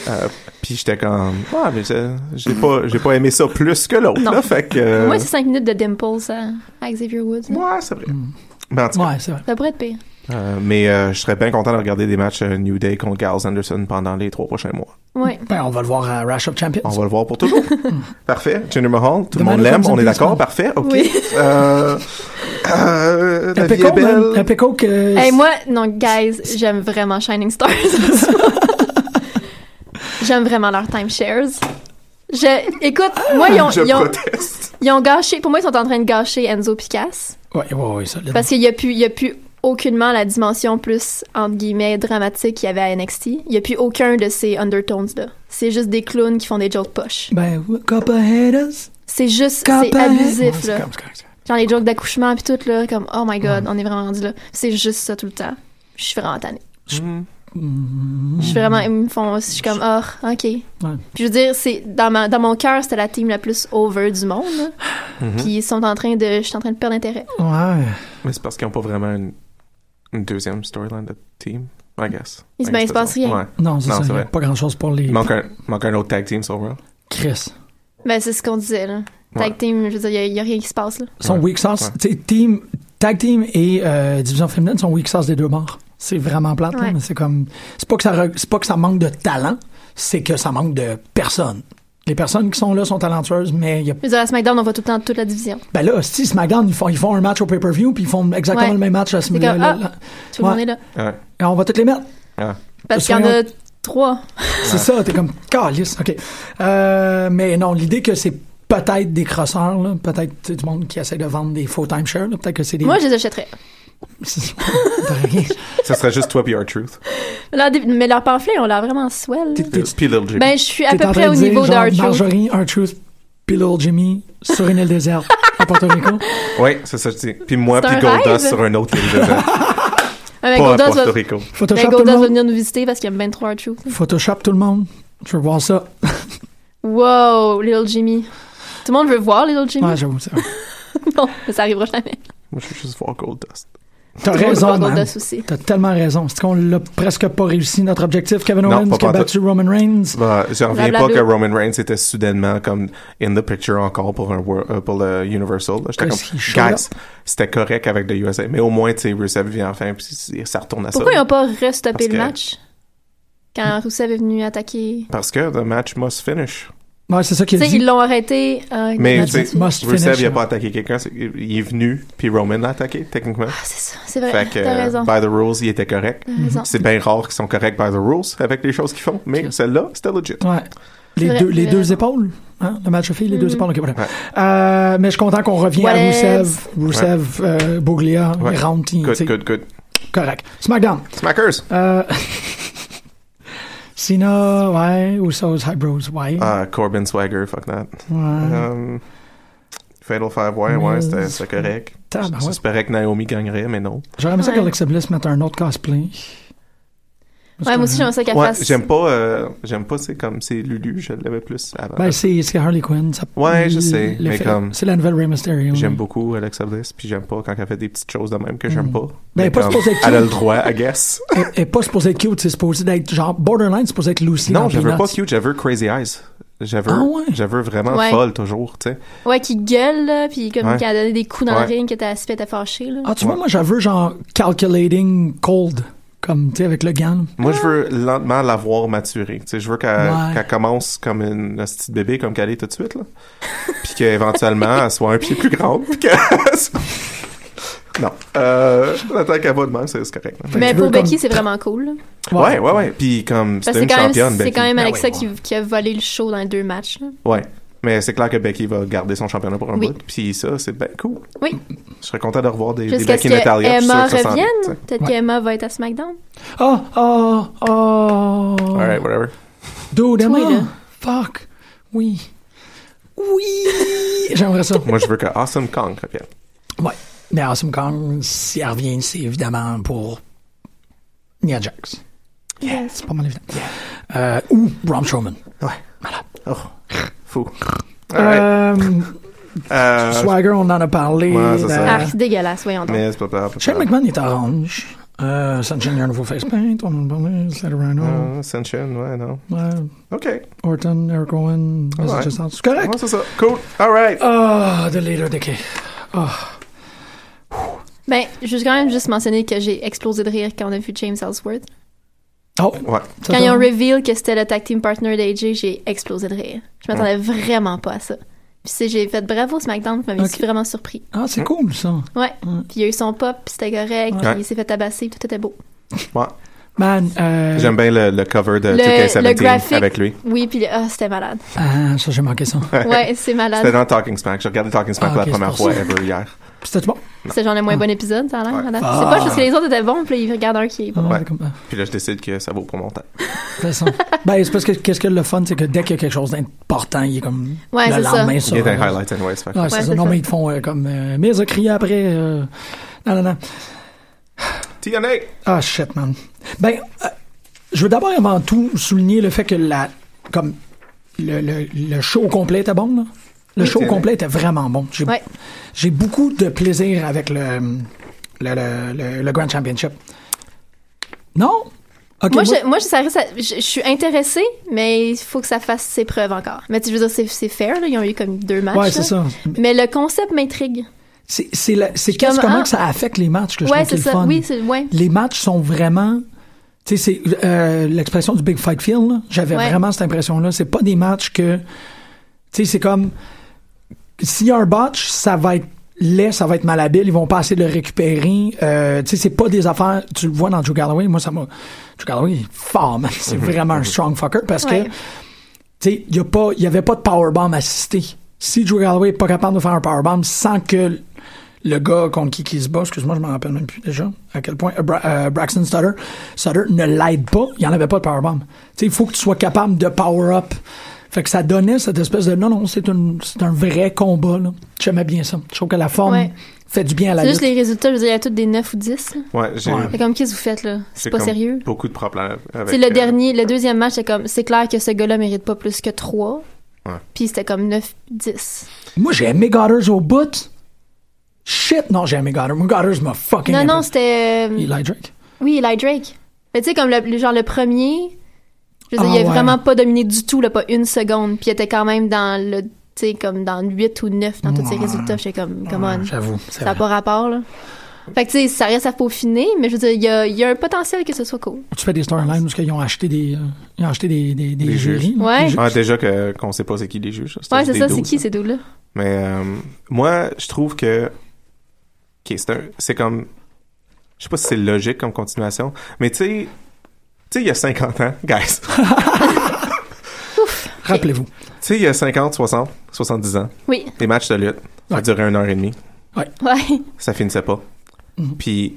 C: Euh, puis j'étais comme, ah, mais j'ai j'ai pas, j'ai pas aimé ça plus que l'autre,
E: Non.
C: là. Fait que. euh,
E: Moi, c'est 5 minutes de Dimples à, à Xavier Woods. là.
C: ouais, c'est vrai. Mais en tout cas,
D: Ouais, c'est vrai.
E: Ça pourrait être pire.
C: euh, mais euh, je serais bien content de regarder des matchs euh, New Day contre Giles Anderson pendant les trois prochains mois.
E: Ouais.
D: Ben, on va le voir à Rash of Champions.
C: On va le voir pour toujours. Parfait. Jinder Mahal, tout le
D: Demain,
C: monde
D: nous
C: l'aime,
D: sommes
C: on
D: une
C: est d'accord,
D: semaine.
C: parfait, ok.
E: Oui.
C: Euh, euh, la vie
D: Epico,
C: est belle.
D: man. Epico que.
E: Hey, moi non guys, j'aime vraiment Shining Stars. j'aime vraiment leurs timeshares. Je écoute, moi ils ont,
C: Je
E: ils ont
C: proteste.
E: ils ont gâché, pour moi ils sont en train de gâcher Enzo Picasse.
D: Ouais, ouais, ouais, ça.
E: Parce qu'il n'y a, plus- il y a plus aucunement la dimension plus, entre guillemets, dramatique qu'il y avait à NXT. Il n'y a plus aucun de ces undertones-là. C'est juste des clowns qui font des jokes poches.
D: Ben, Copperheaders.
E: C'est juste, c'est
D: Copperhead- Ouais,
E: abusif,
D: c'est
E: là.
D: comme- c'est correct, c'est correct.
E: Genre les jokes d'accouchement puis tout, là, comme « Oh my God, on est vraiment rendu là ». C'est juste ça tout le temps. Je suis vraiment tannée.
C: Mm-hmm.
E: Je suis
D: Mm.
E: vraiment... Ils me font... Je suis comme « Oh, OK ». Puis je veux dire, c'est... Dans, ma, dans mon cœur, c'était la team la plus over du monde. là.
D: Mm-hmm.
E: Puis ils sont en train de... Je suis en train de perdre intérêt.
D: Ouais.
C: Mais c'est parce qu'ils n'ont pas vraiment une, une deuxième storyline de team, I guess.
E: Il se-
C: I
E: ben,
C: guess
E: il se passe
C: c'est
E: rien.
C: Ouais.
D: Non, c'est
C: Non,
D: ça.
C: c'est
D: y a
C: vrai.
D: Pas grand chose pour les.
C: Il manque un, manque un autre tag team sur Raw.
D: Chris.
E: Ben, c'est ce qu'on disait, là. Tag team, je veux dire, il n'y a, rien qui se passe, là.
D: Son
C: Ouais,
D: weak sauce,
C: ouais.
D: tu sais, team, tag team et euh, division féminine sont weak sauce des deux bords. C'est vraiment plate, là,
E: Ouais.
D: mais c'est comme. C'est pas, que ça re- c'est pas que ça manque de talent, c'est que ça manque de personnes. Les personnes qui sont là sont talentueuses, mais il y a.
E: Je veux dire, à SmackDown, on voit tout le temps toute la division.
D: Ben là, si SmackDown, ils font, ils font un match au pay-per-view, puis ils font exactement
E: Ouais.
D: le même match à ce
E: C'est
D: moment-là.
E: comme,
D: là,
E: ah.
D: là.
E: Tout le monde
D: Ouais.
E: est là.
C: Ouais.
D: Et on va toutes les mettre.
C: Ah.
E: Parce qu'il y en a trois.
D: C'est ça, t'es comme calice, ok. Euh, mais non, l'idée que c'est peut-être des crosseurs, là, peut-être tu sais, du monde qui essaie de vendre des faux timeshare, là, peut-être que c'est des.
E: Moi, je les achèterais.
D: De rien.
C: Ça serait juste toi puis Our Truth.
E: Leur dé- mais leur pamphlet, on l'a vraiment swell. là.
D: T'es- t'es-
C: Puis Lil J.
E: Ben, je suis à
D: T'es
E: peu
D: en
E: près
D: train
E: au
D: de dire,
E: niveau de
D: genre,
E: Hard Truth.
D: Marjorie, un truth, puis Little Jimmy sur une île déserte à Porto Rico.
C: Oui, c'est ça que je dis. Puis moi,
E: C'est
C: puis
E: un
C: Goldust
E: rêve.
C: sur un autre île déserte.
E: Ouais,
C: Pas
E: mais
C: à
E: Goldust
C: Porto
E: va-
C: Rico.
E: mais
D: Photoshop tout
E: Goldust
D: le
E: va
D: monde.
E: venir nous visiter parce qu'il aime bien trop Hard Truth.
D: Photoshop tout le monde. Je veux voir ça.
E: Wow, Little Jimmy. Tout le monde veut voir Little Jimmy.
D: Ouais, j'avoue ça.
E: non, mais ça arrivera jamais.
C: Moi, je veux juste voir Goldust.
D: T'as
E: Tout le monde veut
D: raison,
E: voir
D: man.
E: Goldust aussi.
D: T'as tellement raison. C'est qu'on l'a presque pas réussi, notre objectif. Kevin
C: Non,
D: Owens
C: pas
D: qui a
C: pantoute.
D: battu Roman Reigns.
C: Bah, je reviens pas
E: Blablabla.
C: que Roman Reigns était soudainement comme in the picture encore pour, un, wor- euh, pour le Universal. là. J'étais comme,
D: Qu'est-ce qu'il show up?
C: guys, c'était correct avec le USA. Mais au moins, tu sais, Rusev vient enfin, puis c- ça retourne à
E: Pourquoi ils
C: ça.
E: n'ont pas restoppé
C: Parce
E: le
C: que-
E: match quand Rousseff est venu attaquer?
C: Parce que the match must finish.
D: Ouais, c'est ça
E: Tu
D: qu'il a
E: sais,
D: dit.
E: ils l'ont arrêté. euh,
C: Mais
E: match hein.
C: tu sais,
E: dessus.
D: Must
C: Rusev,
D: finish,
C: il a
D: là.
C: pas attaqué quelqu'un. c'est- Il est venu, puis Roman l'a attaqué, techniquement.
E: Ah, c'est ça, c'est vrai.
C: Fait que,
E: T'as
C: euh,
E: raison.
C: by the rules, il était correct.
E: T'as raison.
C: C'est bien rare qu'ils sont corrects by the rules avec les choses qu'ils font, mais celle-là, c'était legit.
D: Ouais. Les,
E: Vrai-
D: deux, les
E: vrai. Mm-hmm.
D: deux épaules. Hein? Le match de filles, les deux épaules. ok, voilà.
C: Ouais.
D: Euh, mais je suis content qu'on revienne
E: Ouais.
D: à Rousseff. Rousseff, euh, Boglia,
C: Ouais.
D: il rentre. il-
C: Good,
D: c'est
C: good, good.
D: Correct. SmackDown.
C: Smackers!
D: Euh... Cena, ouais. Usos, Highbrows, ouais.
C: Ah, Corbin Swagger, fuck that.
D: ouais.
C: Um, Fatal Five Way, ouais,
D: Mais-
C: c'était c'était correct.
D: Tabarouette.
C: J'espérais que Naomi gagnerait, mais non.
D: J'aurais aimé ça
E: Ouais.
D: qu'Alexa Bliss mette un autre cosplay.
E: Ouais, moi aussi, j'aimerais ça qu'elle
C: Ouais,
E: fasse.
C: j'aime pas, euh, j'aime pas, c'est comme c'est Lulu, je l'avais plus avant.
D: Ben, c'est c'est Harley Quinn. Ça,
C: Ah. Ouais, je sais,
D: le
C: mais
D: fait-
C: comme-
D: C'est la nouvelle Rey Mysterio.
C: J'aime beaucoup Alexa Bliss, puis j'aime pas quand elle fait des petites choses de même que j'aime pas.
D: Ben,
C: Mais
D: pas
C: comme,
D: supposé être
C: Elle a
D: cute.
C: le droit, I guess.
D: Elle elle est pas supposée être cute, c'est supposé d'être genre borderline, c'est supposé être Lucy.
C: Non,
D: dans
C: je veux
D: Peanuts.
C: pas cute, je veux crazy eyes. Je veux,
D: Ah ouais?
C: je veux vraiment
E: Ouais.
C: folle toujours, tu sais.
E: Ouais, qui gueule, là, puis comme
C: Ouais.
E: quand elle a donné des coups dans
C: Ouais.
E: le ring, que t'as aspect à fâché, là.
D: Ah, tu vois, moi, j'avoue, genre, calculating cold, comme, tu sais, avec le gant.
C: Moi, je veux lentement la voir maturer. Tu sais, je veux qu'elle
D: Ah. Ouais.
C: qu'elle commence comme une, petite bébé, comme qu'elle est tout de suite, là. Puis qu'éventuellement, elle soit un pied plus grande. puis qu'elle soit- non. Euh, tant qu'elle va de même, c'est c'est correct. là.
E: Mais
D: tu
E: pour
D: veux comme-
E: Becky, c'est vraiment cool. là.
C: Ouais, ouais, ouais. Puis comme,
E: Parce
C: c'est
E: que c'est
C: une
E: quand même,
C: championne,
E: c'est
C: Becky. Ah,
E: quand même
D: Ben
E: Alexa
D: ouais,
E: qui, qui a volé le show dans les deux matchs, là.
C: Ouais. Mais c'est clair que Becky va garder son championnat pour un
E: Oui.
C: bout. Puis ça, c'est bien cool.
E: Oui.
C: Je serais content de revoir des, des
E: Jusqu'à ce
C: Becky
E: que
C: Natalia. puis je suis
E: Emma
C: sûr que ça s'en vient, tu
E: revienne.
C: sais. Euh,
E: Peut-être
D: Ouais.
E: qu'Emma va être à SmackDown.
D: Ah, ah, ah.
C: All right, whatever.
D: Dude, Emma.
E: Toi, là.
D: Fuck. Oui. Oui. J'aimerais ça.
C: Moi, je veux que Awesome Kong revienne.
D: Ouais. Mais Awesome Kong, si elle revient, c'est évidemment pour Nia Jax.
E: Yes.
D: Pas mal évident. Euh, ou Braun Strowman. Oh.
C: Fou. All right.
D: Euh,
C: Euh,
D: Swagger, on en a parlé.
C: Ouais, c'est ça.
D: Euh,
E: Arc Ah, dégueulasse, voyons donc.
C: mais c'est pas grave.
D: Shane McMahon est orange. Euh, Sunshine, il y a un nouveau face paint. On en a parlé. Seth Reynolds.
C: Ah, Ascension, ouais, non.
D: Ouais.
C: OK.
D: euh, Orton, Eric Owen,
C: Ouais.
D: Mr. Chestnut. C'est correct.
C: Ouais, c'est ça. Cool. All right.
D: Ah, The Leader Decay.
E: Ben, je veux quand même juste mentionner que j'ai explosé de rire quand on a vu James Ellsworth.
D: Oh,
C: Ouais.
D: ça
E: Quand
D: donne-
E: ils ont reveal que c'était le tag team partner d'AJ, j'ai explosé de rire. Je m'attendais vraiment pas à ça. Puis c'est- j'ai fait bravo SmackDown, je m'avais
D: Ok.
E: vraiment surpris.
D: Ah, c'est cool, ça.
E: Ouais. Puis il y a eu son pop, puis c'était correct,
C: Ouais.
E: puis il s'est fait tabasser, tout était beau.
C: Ouais.
D: Man, euh...
C: J'aime bien le, le cover de
E: Le-
C: 2K17
E: le graphique-
C: avec lui.
E: Oui, puis le- ah, c'était malade.
D: Ah, ça, j'ai manqué ça.
E: Ouais, c'est
C: C'était
E: malade.
C: dans Talking Smack. J'ai regardé Talking Smack
D: Ah,
C: pour
D: ok,
C: la première
D: c'est pour
C: fois
D: ça.
C: ever hier.
D: C'était bon.
E: C'était genre le moins bon épisode, ça a l'air.
C: Mm. Ouais.
E: madame. C'est pas parce que les autres étaient bons, puis là, ils regardent un qui est
D: Ah,
E: bon.
C: Ouais.
D: comme- ah,
C: Puis là, je décide que ça vaut pour mon temps.
D: c'est ça. ben, c'est parce que qu'est-ce que le fun, c'est que dès qu'il y a quelque chose d'important, il est comme
E: Ouais,
D: le
E: c'est ça.
D: lendemain
C: Il
D: sur.
C: y a des
D: euh,
C: highlights anyways. fait que-
D: Ouais, c'est
E: Ouais,
D: ça.
E: c'est
D: Non,
E: ça.
D: mais ils te font euh, comme. Euh, mais ils ont crié après. euh, Non, non, non.
C: TNA!
D: Ah, shit, man. Ben, euh, je veux d'abord et avant tout souligner le fait que la. Comme. Le, le, le show au complet était bon, là. Le show au
C: c'est vrai.
D: complet était vraiment bon. J'ai
E: Ouais.
D: j'ai beaucoup de plaisir avec le, le, le, le- le Grand Championship. Non? Ok,
E: moi,
D: moi-
E: je, moi, je- ça reste à- je, je suis intéressée, mais il faut que ça fasse ses preuves encore. Mais tu veux dire, c'est, c'est fair, là, ils ont eu comme deux matchs.
D: Ouais, c'est
E: là.
D: ça.
E: Mais le concept m'intrigue.
D: C'est c'est la- c'est
E: suis
D: qu'est-ce
E: comme,
D: comment
E: ah.
D: que ça affecte les matchs que je
E: ouais,
D: trouve
E: c'est
D: qui est le
E: ça.
D: fun.
E: Oui, c'est, ouais.
D: les matchs sont vraiment tu sais c'est euh, l'expression du big fight feel là. j'avais
E: Ouais.
D: vraiment cette impression là c'est pas des matchs que tu sais c'est comme s'il y a un botch ça va être laid ça va être malhabile ils vont pas essayer de le récupérer Euh, tu sais c'est pas des affaires tu le vois dans Drew Galloway moi ça m'a Drew Galloway il est fort man. c'est vraiment un strong fucker parce
E: Ouais.
D: que tu sais, il n'y avait pas de powerbomb assisté. Si Drew Galloway n'est pas capable de faire un powerbomb sans que le gars contre qui, qui se bat, excuse-moi, je m'en rappelle même plus déjà à quel point, euh, Bra- euh, Braxton Sutter, Sutter ne l'aide pas, il n'y en avait pas de powerbomb. Tu sais, il faut que tu sois capable de power-up. Fait que ça donnait cette espèce de non, non, c'est une- c'est un vrai combat. là. J'aimais bien ça. Je trouve que la forme
E: Ouais.
D: fait du bien à la
E: C'est juste
D: lutte.
E: les résultats, je veux dire, il y a tous des 9 ou 10. là.
C: Ouais, j'ai
D: Ouais.
E: Fait comme, qu'est-ce que vous faites, là?
C: j'ai
E: C'est pas
C: comme
E: sérieux.
C: Beaucoup de problèmes avec.
E: C'est le
C: euh,
E: dernier, le deuxième match, c'est comme, c'est clair que ce gars-là mérite pas plus que 3.
C: Ouais.
E: Puis c'était comme 9, 10.
D: Moi, j'ai aimé Goddard au bout. Shit, non, j'ai aimé Goddard. Moi, Goddard m'a fucking
E: Non,
D: aimé.
E: non, c'était. euh,
D: Eli Drake.
E: Oui, Eli Drake. Mais tu sais, comme le, le- genre le premier, je veux dire,
D: Ah,
E: il a
D: ouais.
E: vraiment pas dominé du tout, là, pas une seconde. Puis il était quand même dans le, tu sais, comme dans 8 ou 9 dans tous ses
D: Ouais.
E: résultats. J'étais comme, come on,
D: J'avoue. c'est
E: ça n'a
D: vrai.
E: pas rapport, là. Fait que tu sais, ça reste à peaufiner, mais je veux dire, il y a, il y a un potentiel que ce soit cool.
D: Tu fais des storylines où ils ont acheté des, euh, ils ont acheté des, des, des
C: Des juges.
D: jurys.
E: Ouais.
D: Des ju-
C: Ah, déjà que- qu'on sait pas c'est qui les juges.
E: Ouais,
C: juste
E: c'est
C: des
E: ça, c'est
C: douze,
E: qui ces deux-là?
C: Mais euh, moi, je trouve que. Ok, c'est un- c'est comme. Je sais pas si c'est logique comme continuation, mais tu sais. Tu sais, il y a 50 ans, guys. tu
D: Rappelez-vous.
C: sais, il y a 50, 60, 70 ans,
E: Oui,
C: les matchs de lutte, ça
D: Ouais.
C: durait une heure et demie,
E: ouais.
C: ça finissait pas.
D: Mhm.
C: Puis,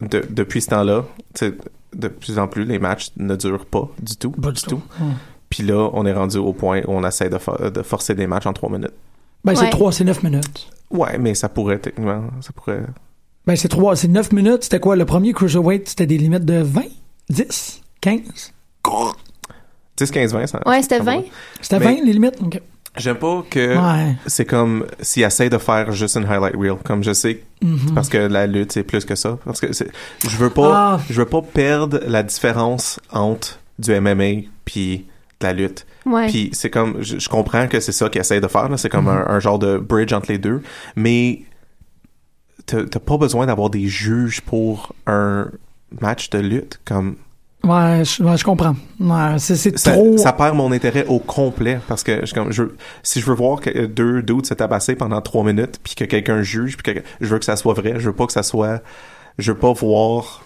C: de- depuis ce temps-là, tu sais, de plus en plus, les matchs ne durent pas du tout.
D: Pas du tout. Hum.
C: Puis là, on est rendu au point où on essaie de, fo- de forcer des matchs en 3 minutes.
D: Ben, c'est
E: Ouais.
D: 3, c'est 9 minutes.
C: Ouais, mais ça pourrait, techniquement, ça pourrait.
D: Ben, c'est 3, c'est 9 minutes. C'était quoi? Le premier cruiserweight, c'était des limites de 20, 10, 15?
C: 10, 15, 20, ça.
E: Ouais, c'était
C: ça va.
E: 20.
D: C'était
C: Mais-
D: 20 les limites? Ok.
C: J'aime pas que
D: Ouais.
C: c'est comme s'ils essayent de faire juste une highlight reel. Comme je sais,
D: Mm-hmm.
C: parce que la lutte c'est plus que ça. Parce que c'est- je veux pas,
D: Ah.
C: je veux pas perdre la différence entre du MMA puis de la lutte.
E: Ouais.
C: Puis c'est comme, je, je comprends que c'est ça qu'ils essayent de faire. là. C'est comme
D: Mm-hmm.
C: un, un genre de bridge entre les deux, mais t'as t'as pas besoin d'avoir des juges pour un match de lutte. Comme
D: Ouais, je, ouais, je comprends. Ouais, c'est, c'est
C: ça,
D: trop.
C: ça perd mon intérêt au complet parce que je, suis comme, je, veux- si je veux voir que euh, deux dudes se tabasser pendant trois minutes puis que quelqu'un juge puis que je veux que ça soit vrai je veux pas que ça soit je veux pas voir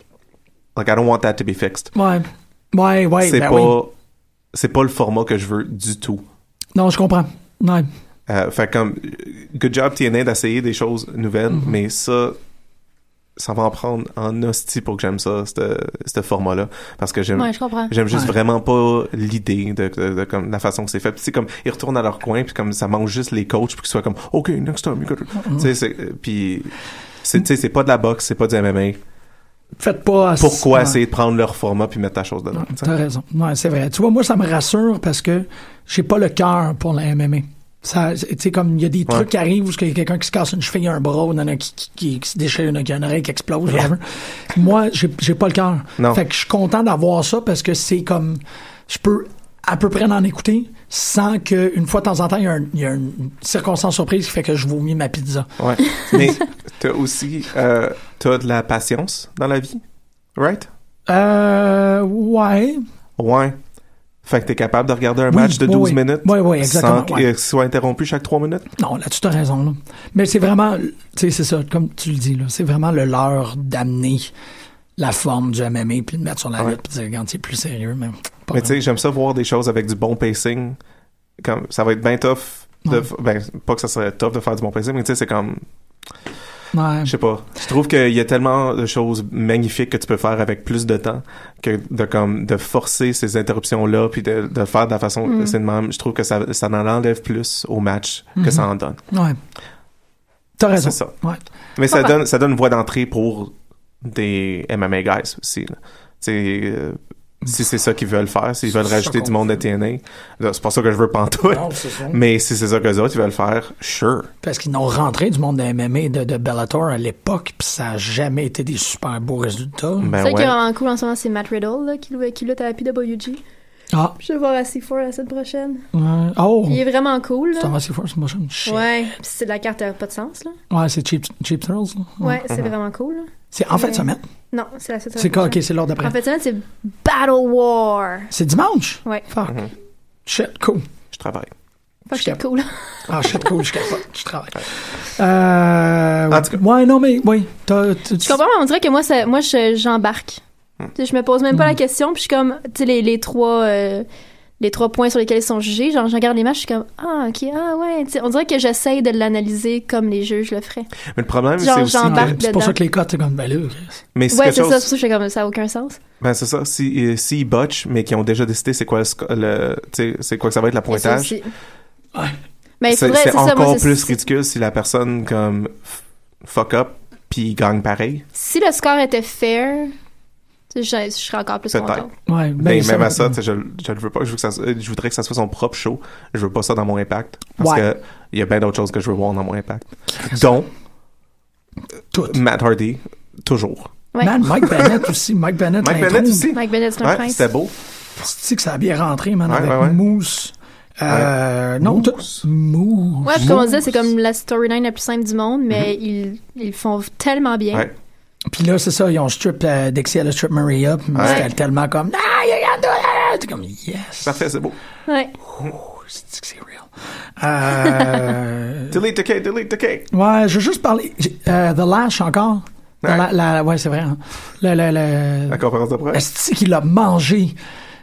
C: like I don't want that to be fixed
D: Ouais. Ouais, ouais.
C: c'est
D: ben
C: pas
D: oui.
C: c'est pas le format que je veux du tout
D: Non, je comprends. Ouais.
C: euh, fait comme good job TNA d'essayer des choses nouvelles
D: Mhm.
C: mais ça ça va en prendre en hostie pour que j'aime ça ce format là parce que j'aime
E: Ouais, je comprends.
C: J'aime juste
D: Ouais.
C: vraiment pas l'idée de, de- de comme la façon que c'est fait. Puis c'est comme ils retournent à leur coin puis comme ça mange juste les coachs puis qu'ils soient comme OK, next time you got it.
D: Mhm.
C: Tu sais c'est euh, puis c'est tu sais c'est pas de la boxe, c'est pas du MMA.
D: Faites pas.
C: Pourquoi
D: ouais.
C: essayer de prendre leur format puis mettre ta chose dedans tu sais?
D: T'as raison. Ouais, c'est vrai. Tu vois, moi, ça me rassure parce que j'ai pas le cœur pour la MMA. Ça, tu sais, comme il y a des trucs qui arrivent où il y a quelqu'un qui se casse une cheville, un bras, ou il y en a qui, qui, qui- qui se déchire, il y en a qui a une oreille qui explose, whatever. moi, j'ai j'ai pas le cœur.
C: Non.
D: Fait que je suis content d'avoir ça parce que c'est comme, je peux à peu près en écouter sans que une fois de temps en temps, il y, a un- il y a une circonstance surprise qui fait que je vomis ma pizza.
C: Ouais. Mais t'as aussi euh, t'as de la patience dans la vie, right
D: Euh, ouais.
C: Ouais. Fait que t'es capable de regarder un
D: Oui,
C: match de
D: oui,
C: 12
D: oui.
C: minutes
D: Oui, oui, exactement,
C: sans qu'il
D: ouais.
C: soit interrompu chaque 3 minutes.
D: Non, là, tu as raison. Là. Mais c'est vraiment, tu sais, c'est ça, comme tu le dis, là, c'est vraiment le leur d'amener la forme du MMA puis de mettre sur la
C: Ouais.
D: lutte puis de dire, quand c'est plus sérieux, mais pas
C: Mais
D: grave.
C: tu sais, j'aime ça voir des choses avec du bon pacing. Comme, ça va être bien tough. De,
D: Ouais.
C: ben, pas que ça serait tough de faire du bon pacing, mais tu sais, c'est comme,
D: Ouais.
C: je sais pas. Je trouve qu'il y a tellement de choses magnifiques que tu peux faire avec plus de temps que de comme de forcer ces interruptions-là puis de, de le faire de la façon
D: Mm.
C: c'est de même. Je trouve que ça, ça en enlève plus au match
D: Mm-hmm.
C: que ça en donne.
D: ouais. T'as raison.
C: C'est ça.
D: Ouais.
C: Mais ça
E: Comprends.
C: donne, ça donne une voie d'entrée pour des MMA guys aussi. là. Tu sais, euh, Si c'est ça qu'ils veulent faire, s'ils veulent
D: C'est ça
C: rajouter du
D: qu'on
C: monde à
D: veut.
C: TNA, là, c'est pas ça que je veux pantoute.
D: Non, c'est ça.
C: Mais si c'est ça qu'eux autres, ils veulent faire, sure.
D: Parce qu'ils n'ont rentré du monde de MMA et de, de Bellator à l'époque, puis ça n'a jamais été des super beaux résultats.
C: Ben
E: C'est vrai
C: ouais.
E: qui est vraiment cool en ce moment, c'est Matt Riddle là, qui, lou- qui lutte à la PWG.
D: Ah,
E: Je vais voir à C4 la semaine prochaine.
D: ouais. oh!
E: Il est vraiment cool. Là.
D: C'est un Force Motion. Shit.
E: Ouais, puis c'est de la carte à pas de sens. là.
D: Ouais, c'est Cheap, cheap Thrills. là.
E: Ouais, c'est vraiment cool. là.
D: C'est en fin de
E: Ouais.
D: semaine.
E: Non, c'est la semaine
D: C'est quoi? Ok,
E: prochaine.
D: c'est l'heure d'après.
E: En fait, semaine, c'est Battle War.
D: C'est dimanche?
E: Ouais.
D: Fuck.
C: Mm-hmm.
D: Shit, cool.
C: Je travaille.
E: Fait que
D: Je
E: c'est
D: capte.
E: cool.
D: Ah, shit, cool, je capote, je travaille. Euh,
C: En tout cas.
D: ouais, non, mais, oui. t'as- t'as-
E: Tu comprends? On dirait que moi, ça- moi je- j'embarque.
C: Hmm.
E: Tu sais, Je me pose même pas la question, puis je suis comme, tu sais, les, les trois. euh, les trois points sur lesquels ils sont jugés, genre, je regarde les matchs, je suis comme, ah, ok, ah, ouais. Tu sais, on dirait que j'essaye de l'analyser comme les juges le feraient.
C: Mais le problème,
E: Genre,
C: c'est aussi.
E: j'en
C: que-
E: parle.
D: Ouais, C'est pour
E: dedans.
D: ça que les cotes, c'est comme, ben là, Chris.
C: Mais c'est
E: ouais,
C: quelque
E: c'est ça,
C: chose-
E: c'est pour ça que je suis comme, ça n'a aucun sens.
C: Ben c'est ça. Si euh, s'ils botchent, mais qui ont déjà décidé c'est quoi le, sco- le tu sais, c'est quoi que ça va être la
E: Et ça
C: pointage.
E: aussi.
D: Ouais.
E: Mais il
C: C'est
E: faudrait,
C: c'est
E: c'est ça,
C: encore
E: moi, c'est-
C: plus ridicule si la personne comme f- fuck up puis gagne pareil.
E: Si le score était fair, je, je serais encore plus
C: Peut-être.
E: contente.
D: Ouais, ben,
C: Mais même à ça, tu sais, je, je le veux pas. Je, veux que ça, euh, je voudrais que ça soit son propre show. Je veux pas ça dans mon impact parce
D: Ouais.
C: que il y a bien d'autres choses que je veux voir dans mon impact. Dont
D: Tout.
C: Matt Hardy toujours.
E: Ouais.
D: Man, Mike Bennett aussi. Mike Bennett,
C: Mike
D: l'intro,
C: Bennett aussi.
E: Mike Bennett, c'est un
C: Ouais,
E: prince.
C: c'était beau.
D: Tu sais que ça a bien rentré, man,
C: Ouais,
D: avec
C: ouais, ouais.
D: Mousse. Euh, Non, tout. Mousse.
E: Ouais, puis comme on disait, c'est comme la storyline la plus simple du monde, mais
D: Mm-hmm.
E: ils, ils le font tellement bien.
C: Ouais.
D: Puis là, c'est ça, ils ont strip euh, Dixie, elle a strip Maria, puis
C: Ouais.
D: c'était tellement comme, ah, you can do it! T'es comme, yes!
C: Parfait, c'est beau.
E: Ouais.
D: C'est que c'est real. Euh,
C: Delete the cake, delete the cake.
D: ouais, je veux juste parler, j'ai- euh, The Lash encore. The
C: Ouais.
D: La- la- ouais, c'est vrai. hein. Le, le, le,
C: La conférence de presse.
D: Esti qu'il a mangé.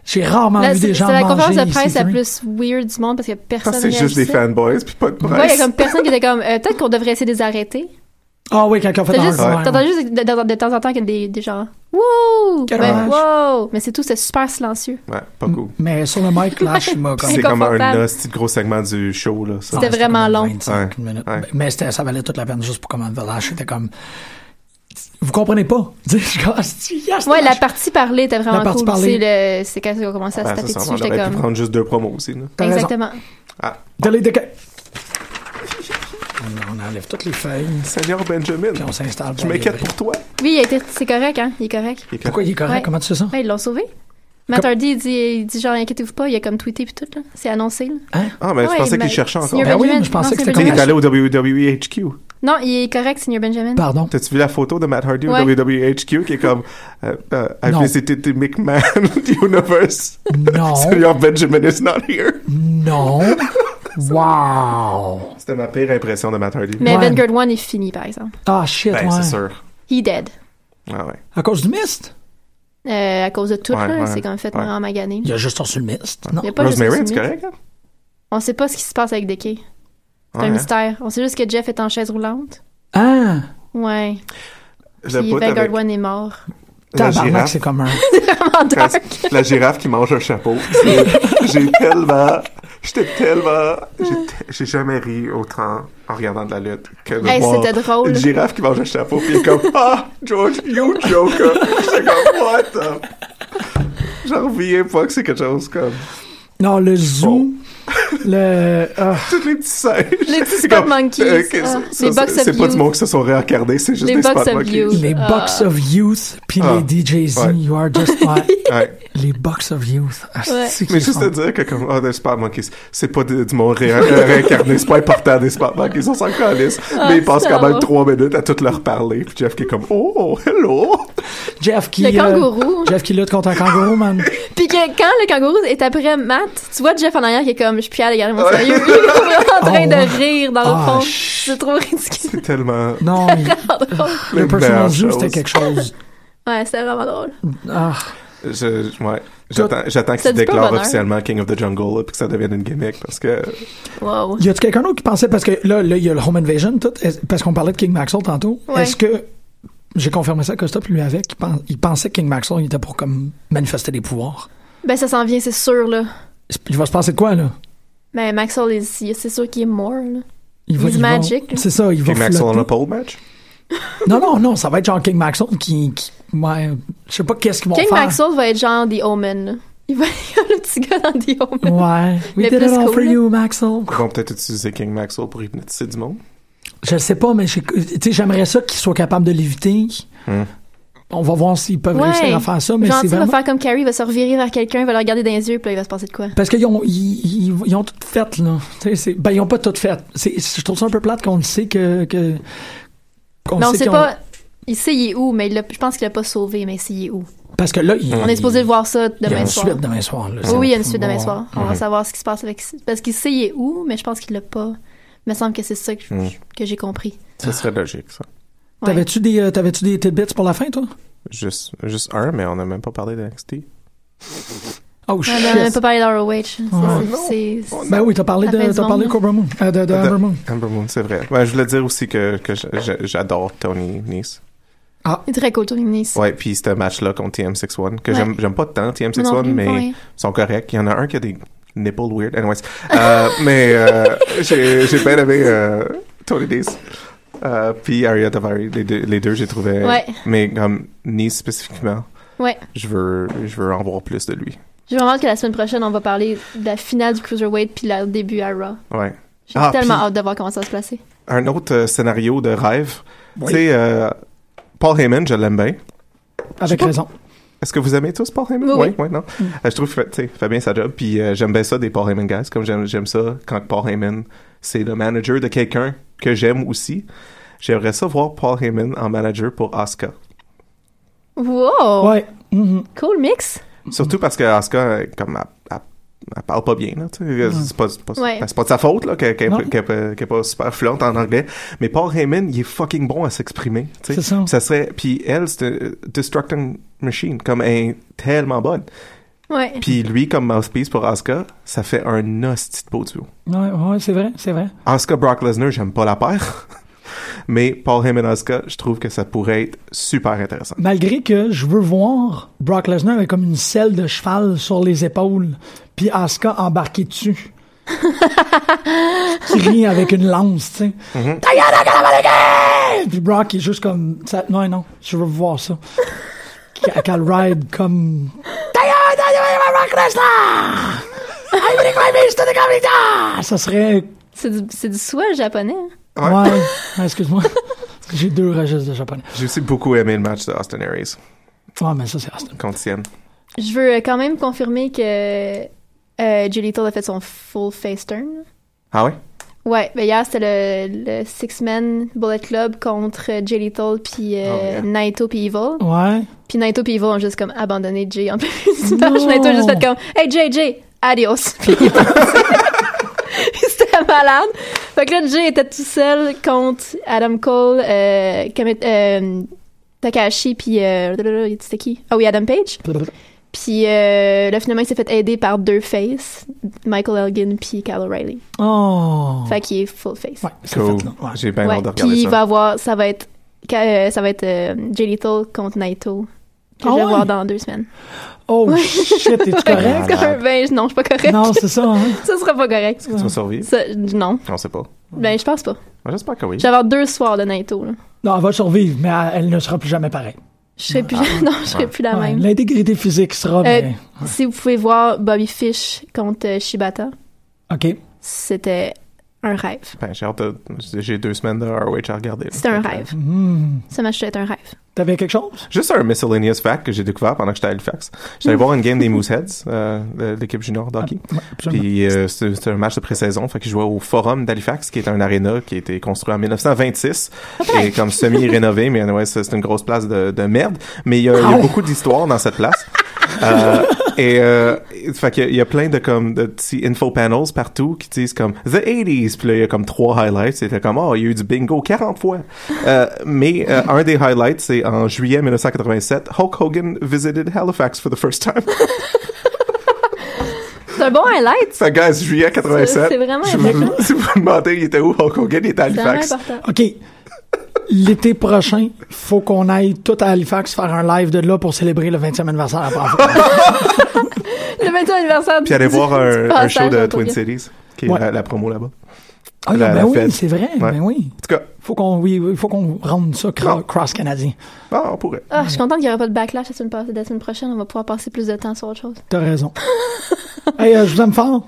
D: J'ai rarement
E: Là,
D: vu
E: c'est
D: des
E: c'est
D: gens
E: la
D: manger.
E: conférence de
D: ici,
E: presse la
D: Jerry.
E: plus weird du monde parce que personne
C: Parce que c'est juste des
E: réagissait.
C: fanboys puis pas de presse.
E: Ouais, il y a comme personne qui était comme, euh, peut-être qu'on devrait essayer de les arrêter.
D: Ah oui, quelqu'un fait
E: T'as juste,
D: un-
E: t'entends juste de, de- de temps en temps qu'il y a des, des gens, wouh!
D: Quel Ah,
E: Ben,
D: dommage.
E: wow! Mais c'est tout, c'est super silencieux.
C: Ouais, pas cool.
D: Mais sur le mic, Lash, il m'a comme.
C: C'est comme un
E: Inconfortable.
C: hostie de gros segment du show, là. Ça.
E: C'était
D: Ah,
E: vraiment
D: comme
E: long.
D: 25
C: Ouais,
D: minutes.
C: ouais.
D: Mais c'était- ça valait toute la peine juste pour comment The Lash était comme. Vous comprenez pas? Tu sais, je suis comme, Esti, yes,
E: Ouais,
D: The
E: la
D: Lash.
E: partie parlée était vraiment
D: La partie
E: cool.
D: parlée.
E: C'est le- c'est quand ils ont commencé à
C: Ben,
E: se taper
C: ça, ça,
E: dessus,
C: on
E: j'étais
C: aurait pu
E: comme.
C: prendre juste deux promos aussi, là.
D: T'as raison.
E: Exactement.
C: Ah,
D: Delete the ca- On enlève toutes les feuilles,
C: Seigneur Benjamin,
D: puis on s'installe.
C: je m'inquiète pour toi.
E: Oui, il a été- c'est correct, hein? Il est correct.
C: Il est
D: Pourquoi il est correct?
E: Ouais.
D: Comment tu sais ça?
E: Ouais, ils l'ont sauvé. Matt
D: Ah. Comme-
E: Hardy, il dit, il dit genre, inquiétez-vous pas, il a comme tweeté puis tout, là. C'est annoncé, là.
C: Ah, mais je
E: Ouais,
C: pensais
E: mais-
C: qu'il cherchait encore.
E: Seigneur
D: Hein? Ben oui,
E: Benjamin-
D: mais je pensais
E: non,
D: que
E: c'est
D: c'était
C: Il est
D: Benjamin.
C: allé au E WWE HQ.
E: Non, il est correct, Seigneur Benjamin.
D: Pardon.
C: T'as-tu vu la photo de Matt Hardy
E: Ouais.
C: au WWE HQ qui est comme euh, euh, I
D: Non.
C: visited the McMahon universe.
D: Non.
C: Seigneur Benjamin is not here.
D: Non. Wow.
C: C'était ma pire impression de Matt Hardy.
E: Mais
D: Ouais.
E: Vanguard One est fini, par exemple.
D: Ah, shit,
C: Ben,
D: ouais.
C: c'est sûr.
E: He dead.
C: Ah ouais.
D: À cause du mist?
E: Euh, à cause de tout,
C: Ouais,
E: là.
C: ouais,
E: c'est comme fait
C: ouais.
E: en magané.
D: Il a juste reçu le mist. Non.
E: Il y a pas juste
C: Rosemary,
E: Smith.
C: c'est correct? hein?
E: On sait pas ce qui se passe avec Decay. C'est
C: Ouais,
E: un
C: hein?
E: mystère. On sait juste que Jeff est en chaise roulante.
D: Ah!
E: Ouais.
C: Le
E: Puis
C: bout
E: Vanguard
C: avec
E: One est mort.
C: la
D: Tabarnak,
C: girafe.
D: c'est comme un.
E: Vraiment
C: Quand-
E: dark.
C: la girafe qui mange un chapeau. C'est- J'ai tellement. J'étais tellement. j'ai te- J'ai jamais ri autant en regardant de la lutte que de
E: Ah. Hey,
C: voir
E: c'était drôle.
C: une girafe qui mange un chapeau. Puis il est comme Ah, George, you joker. J'étais comme What the. J'en reviens pas que c'est quelque chose comme.
D: Non,
C: Oh.
D: le zoo. Le. ah.
C: Toutes les petits singes.
E: Les petits
C: C'est
E: spot
C: comme,
E: monkeys,
C: que
E: ah,
C: ça-
E: les
C: ça-
E: box of
C: C'est pas
E: youth.
C: du monde qui se sont réencardés, c'est juste
E: Les
C: des
E: box
C: spot
E: of
C: monkeys.
E: youth.
D: les
E: Ah.
D: Box of Youth, puis
C: Ah.
D: les DJZ,
C: Ouais.
D: you are just my...
C: Ouais.
D: les Box of Youth. Ah,
E: Ouais.
D: c'est
C: Mais
D: qu'ils
C: juste
D: font.
C: à dire que comme oh, des Spot Monkeys, c'est pas de- du monde ré- euh, réincarné, c'est pas important des Spot Monkeys, on s'en calisse.
D: Ah,
C: mais ils passent
E: c'est
C: quand même
E: drôle.
C: trois minutes à tout leur parler. Puis Jeff qui est comme Oh, hello!
D: Jeff qui...
E: Le
D: euh,
E: kangourou.
D: Jeff qui lutte contre un kangourou, man.
E: Puis que quand le kangourou est après Matt, tu vois Jeff en arrière qui est comme, je suis plus à l'égal mon sérieux. Il est vraiment en
D: Oh,
E: train
D: ouais.
E: de rire dans le
D: Ah,
E: fond.
D: shit.
E: C'est trop ridicule.
C: C'est tellement.
D: Non,
C: les
D: le Personal
C: meilleures
D: Zoo,
C: choses.
D: c'était quelque chose.
E: Ouais, c'était vraiment drôle.
D: Ah,
C: Je- ouais. J'attends, j'attends
E: Ça
C: qu'il
E: dit pas
C: déclare
E: bonheur.
C: officiellement King of the Jungle, là, puis que ça devienne une gimmick, parce que.
E: Wow.
D: y a-tu quelqu'un d'autre qui pensait, parce que là, là, il y a le Home Invasion, tout, est- parce qu'on parlait de King Maxwell tantôt.
E: Ouais.
D: Est-ce que... J'ai confirmé ça à Costa, puis lui avec, il, pen- il pensait que King Maxwell, il était pour comme manifester des pouvoirs.
E: Ben, ça s'en vient, c'est sûr, là.
D: Il va se passer de quoi, là?
E: Mais Maxwell, il- c'est sûr qu'il est mort, là.
D: Il
E: He's magic, là.
D: C'est ça, il va
C: King Maxwell
D: flotter.
C: en a pole match?
D: Non, non, non, ça va être genre King Maxwell qui. qui- ouais, Je sais pas qu'est-ce qu'ils vont
E: King
D: faire.
E: Maxwell va être genre The Omen. là. Il va être comme le petit gars dans The Omen.
D: Ouais. We
E: Mais
D: did it
E: plus
D: all for
E: cool.
D: you, Maxwell.
C: Ils vont peut-être utiliser King Maxwell pour hypnotiser du monde.
D: Je le sais pas, mais j'ai- tu sais, j'aimerais ça qu'ils soient capables de l'éviter.
C: Hmm.
D: On va voir s'ils peuvent réussir à faire ça, mais
E: Genre,
D: c'est
E: tu sais,
D: vraiment...
E: va faire comme Carrie, il va se revirer vers quelqu'un, il va le regarder dans les yeux, puis là, il va se passer de quoi.
D: Parce qu'ils ont, ils, ils- ils ont tout fait, là. Tu sais, c'est- Ben, ils ont pas tout fait. C'est- Je trouve ça un peu plate qu'on le sait que... que qu'on
E: mais on
D: sait
E: sait
D: qu'ils ont-
E: pas. Il sait il est où, mais il l'a- je pense qu'il l'a pas sauvé, mais il sait il est où.
D: Parce que là, ils-
E: On est supposé le voir ça
D: il y a
E: demain
D: une
E: soir.
D: suite demain soir. là.
E: Oh Oui, oui, il y a une
D: Ça,
E: suite
D: on va
E: demain
D: voir.
E: soir. On va savoir ce qui se passe avec. Parce qu'il sait il est où, mais je pense qu'il l'a pas. Il me semble que c'est ça que,
C: Mhm.
E: que j'ai compris.
C: Ça serait logique, ça.
E: Ouais.
D: T'avais-tu des, euh, t'avais-tu des tidbits pour la fin, toi?
C: Juste, juste un, mais on n'a même pas parlé d'NXT.
D: Oh,
E: Ouais, mais Ah, ben, on n'a même
D: shit.
E: pas parlé d'ROH. C'est- c'est- c'est-
D: Ben oui, t'as parlé
E: La
D: de,
E: fin du
D: t'as parlé de
E: monde.
D: Cobra Moon. Euh, de, de Amber Moon.
C: Amber Moon, c'est vrai. Ouais, je voulais dire aussi que, que j- j- j'adore Tony Nice.
E: Il est très cool, Tony Nice.
C: Ouais, puis ce match-là contre TM61, que
E: Ouais.
C: j'aime j'aime pas tant
E: Moi non
C: TM61,
E: plus,
C: mais
E: ouais.
C: ils sont corrects. Il y en a un qui a des nipples weird. Anyways. Euh, mais euh, j'ai j'ai bien aimé euh, Tony Nice. Euh, puis Aria Davari, les deux, les deux j'ai trouvé.
E: Ouais.
C: Mais comme Nice spécifiquement,
E: Ouais.
C: je veux, je veux en voir plus de lui.
E: J'ai vraiment hâte que la semaine prochaine, on va parler de la finale du Cruiserweight puis le début à Raw.
C: Ouais.
E: J'ai
C: Ah,
E: tellement
C: puis-
E: hâte de voir comment ça va se placer.
C: un autre euh, scénario de rêve. Tu sais, euh, Paul Heyman, je l'aime bien.
D: Avec raison.
C: Est-ce que vous aimez tous Paul Heyman?
E: Oui, oui.
C: non. Euh, je trouve que tu sais, il fait bien sa job, puis euh, j'aime bien ça des Paul Heyman guys, comme j'aime j'aime ça quand Paul Heyman, c'est le manager de quelqu'un que j'aime aussi. J'aimerais ça voir Paul Heyman en manager pour Asuka.
E: Wow!
D: Ouais. Mhm.
E: Cool mix!
C: Surtout parce que Asuka, euh, comme elle, elle- elle parle pas bien, là, tu sais. c'est pas, c'est pas,
E: Ouais.
C: ben, c'est pas de sa faute là, qu'elle qu'elle-
D: Non.
C: qu'elle- qu'elle- qu'elle est pas super fluente en anglais. Mais Paul Heyman, il est fucking bon à s'exprimer. tu sais.
D: C'est ça.
C: Puis serait, puis elle, c'est euh, Destructing Machine, comme elle est tellement bonne.
E: Ouais.
C: Puis lui, comme mouthpiece pour Asuka, ça fait un hostie de beau duo.
D: Ouais, ouais, c'est vrai, c'est vrai.
C: Asuka Brock Lesnar, j'aime pas la paire. Mais Paul Heyman Asuka, je trouve que ça pourrait être super intéressant.
D: Malgré que je veux voir Brock Lesnar avec comme une selle de cheval sur les épaules, puis Asuka embarqué dessus. qui rit avec une lance, tu sais. Ta gueule, ta gueule, ta gueule! Puis Brock est juste comme. ça- non, non, je veux voir ça. Qu'elle- Qu'elle ride comme. Ta gueule, ta gueule, Brock Lesnar! I'm gonna climb into the corridor! Ça serait.
E: C'est du, c'est du swell japonais. hein.
C: Ouais.
D: Ouais, excuse-moi. J'ai deux registres de japonais.
C: J'ai aussi beaucoup aimé le match de Austin Aries
D: Ouais, mais ça, c'est Austin.
C: contre Sienne.
E: Je veux euh, quand même confirmer que euh, Jay Lethal a fait son full face turn.
C: Ah ouais?
E: Ouais, ben hier, c'était le, le Six-Man Bullet Club contre euh, Jay Lethal puis euh,
C: Oh, yeah.
E: Naito puis Evil.
D: Ouais.
E: Puis Naito puis Evil ont juste comme abandonné Jay en plus du match.
D: Non.
E: Naito a juste fait comme « Hey Jay, Jay, adios! » Puis il est parti. C'était malade. Fait que là, Jay était tout seul contre Adam Cole, euh, Kami- euh, Takahashi puis... Euh, c'était qui? Ah oui, Adam Page. Puis euh, là, finalement, il s'est fait aider par deux faces, Michael Elgin puis Kyle O'Reilly.
D: Oh!
E: Fait qu'il est full face.
D: Ouais, c'est
C: Cool.
D: fait, là. Ouais.
C: J'ai bien
E: Ouais.
C: hâte de regarder
E: Puis il
C: ça.
E: va avoir, ça va être, ca- euh, ça va être euh, Jay Lethal contre Naito. Que
D: Ah
E: je vais
D: ouais?
E: voir dans deux semaines.
D: Oh shit, t'es-tu correct?
E: C'est comme, ben, je- non, je suis pas correct.
D: non, c'est ça, hein?
E: ça sera pas correct.
C: Est-ce que tu vas survivre?
E: Ça, non.
C: On sait pas.
E: Ben, je pense pas.
C: Moi, J'espère que oui.
E: Je vais avoir deux soirs de Naito. là.
D: Non, elle va survivre, mais elle, elle ne sera plus jamais pareille.
E: Je serai plus,
C: Ah.
E: non, je serai plus la
D: Ah Ouais,
E: même.
D: L'intégrité physique sera,
E: Euh,
D: mais...
E: si vous pouvez voir Bobby Fish contre euh, Shibata,
D: OK.
E: c'était un rêve.
C: Ben, j'ai hâte de- J'ai deux semaines de ROH à regarder. là.
E: C'était un
C: Donc, euh,
E: rêve.
D: Hmm.
E: Ce match était un rêve.
D: T'avais quelque chose?
C: Juste un miscellaneous fact que j'ai découvert pendant que j'étais à Halifax. J'étais
E: Mm.
C: allé voir une game des Mooseheads, euh, de l'équipe junior d'hockey.
D: Ah, Ouais, absolument.
C: Puis euh, c'était c'était un match de pré-saison, fait que je jouais au Forum d'Halifax, qui est un aréna qui a été construit en 1926 et comme semi-rénové, mais ouais, c'est c'est une grosse place de, de merde. Mais il y a, il y a beaucoup d'histoires dans cette place. Euh, et euh, fait qu'il y a- il y a plein de comme de petits info panels partout qui disent comme the 80s puis là il y a comme trois highlights c'était comme oh il y a eu du bingo 40 fois Euh, mais euh, un des highlights c'est en juillet 1987 Hulk Hogan visited Halifax for the first time
E: C'est un bon highlight.
C: Fait que, guys, juillet 87.
E: C'est vraiment
C: je vous-
E: important.
C: Si vous me demandez, il était où, Hulk Hogan, il était à
E: C'est vraiment
C: Halifax.
E: important.
D: OK. L'été prochain, faut qu'on aille tout à Halifax faire un live de là pour célébrer le 20e anniversaire à Bravo.
E: Le 20e anniversaire
C: Puis aller
E: du-
C: voir
E: du
C: un, un
E: passage
C: show de
E: en
C: Twin
E: Tokyo.
C: Cities, qui est
D: Ouais.
C: la, la promo là-bas.
D: Ah,
C: la-
D: ben
C: la
D: oui,
C: fête.
D: c'est vrai.
C: Ouais.
D: Ben oui.
C: En tout cas,
D: Faut qu'on oui, oui, faut qu'on rende ça cro-
C: Non.
D: cross-canadien.
C: ah, on pourrait.
E: Ah, je suis contente qu'il n'y aura pas de backlash la semaine, passée, la semaine prochaine. On va pouvoir passer plus de temps sur autre chose.
D: T'as raison. hey, euh, je vous aime fort.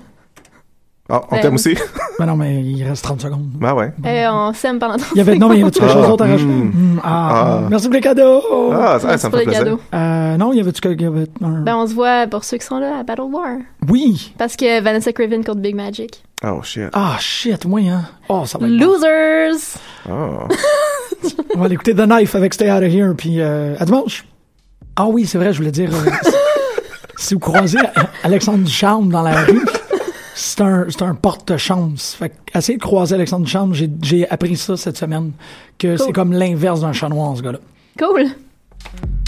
C: Ah, on
E: Ben,
C: t'aime aussi?
D: Ben non, mais il reste 30 secondes.
C: Ben ouais.
E: Eh, on s'aime pendant
D: Il y avait, non, mais il y avait-tu quelque
C: Ah,
D: chose d'autre à rajouter?
C: hmm.
D: Hmm, ah,
C: Ah.
D: Merci pour les cadeaux!
E: Oh,
C: Ah, ça, ça me fait
E: les
C: plaisir.
E: cadeaux.
D: Euh, non, il y avait-tu quelque chose?
E: Ben, on se voit pour ceux qui sont là à Battle War.
D: Oui!
E: Parce que Vanessa Craven contre Big Magic.
C: Oh shit.
D: Ah, shit, oui, hein? Oh, ça va être bon.
E: Losers!
C: Oh.
D: On va aller écouter The Knife avec Stay Out of Here, puis euh, à dimanche! Ah oui, c'est vrai, je voulais dire... euh, si- si vous croisez euh, Alexandre Ducharme dans la rue, c'est un, c'est un porte-chance. Fait que, essayez de croiser Alexandre Ducharme, j'ai- j'ai appris ça cette semaine, que c'est
E: Cool.
D: comme l'inverse d'un chat noir, ce gars-là.
E: Cool!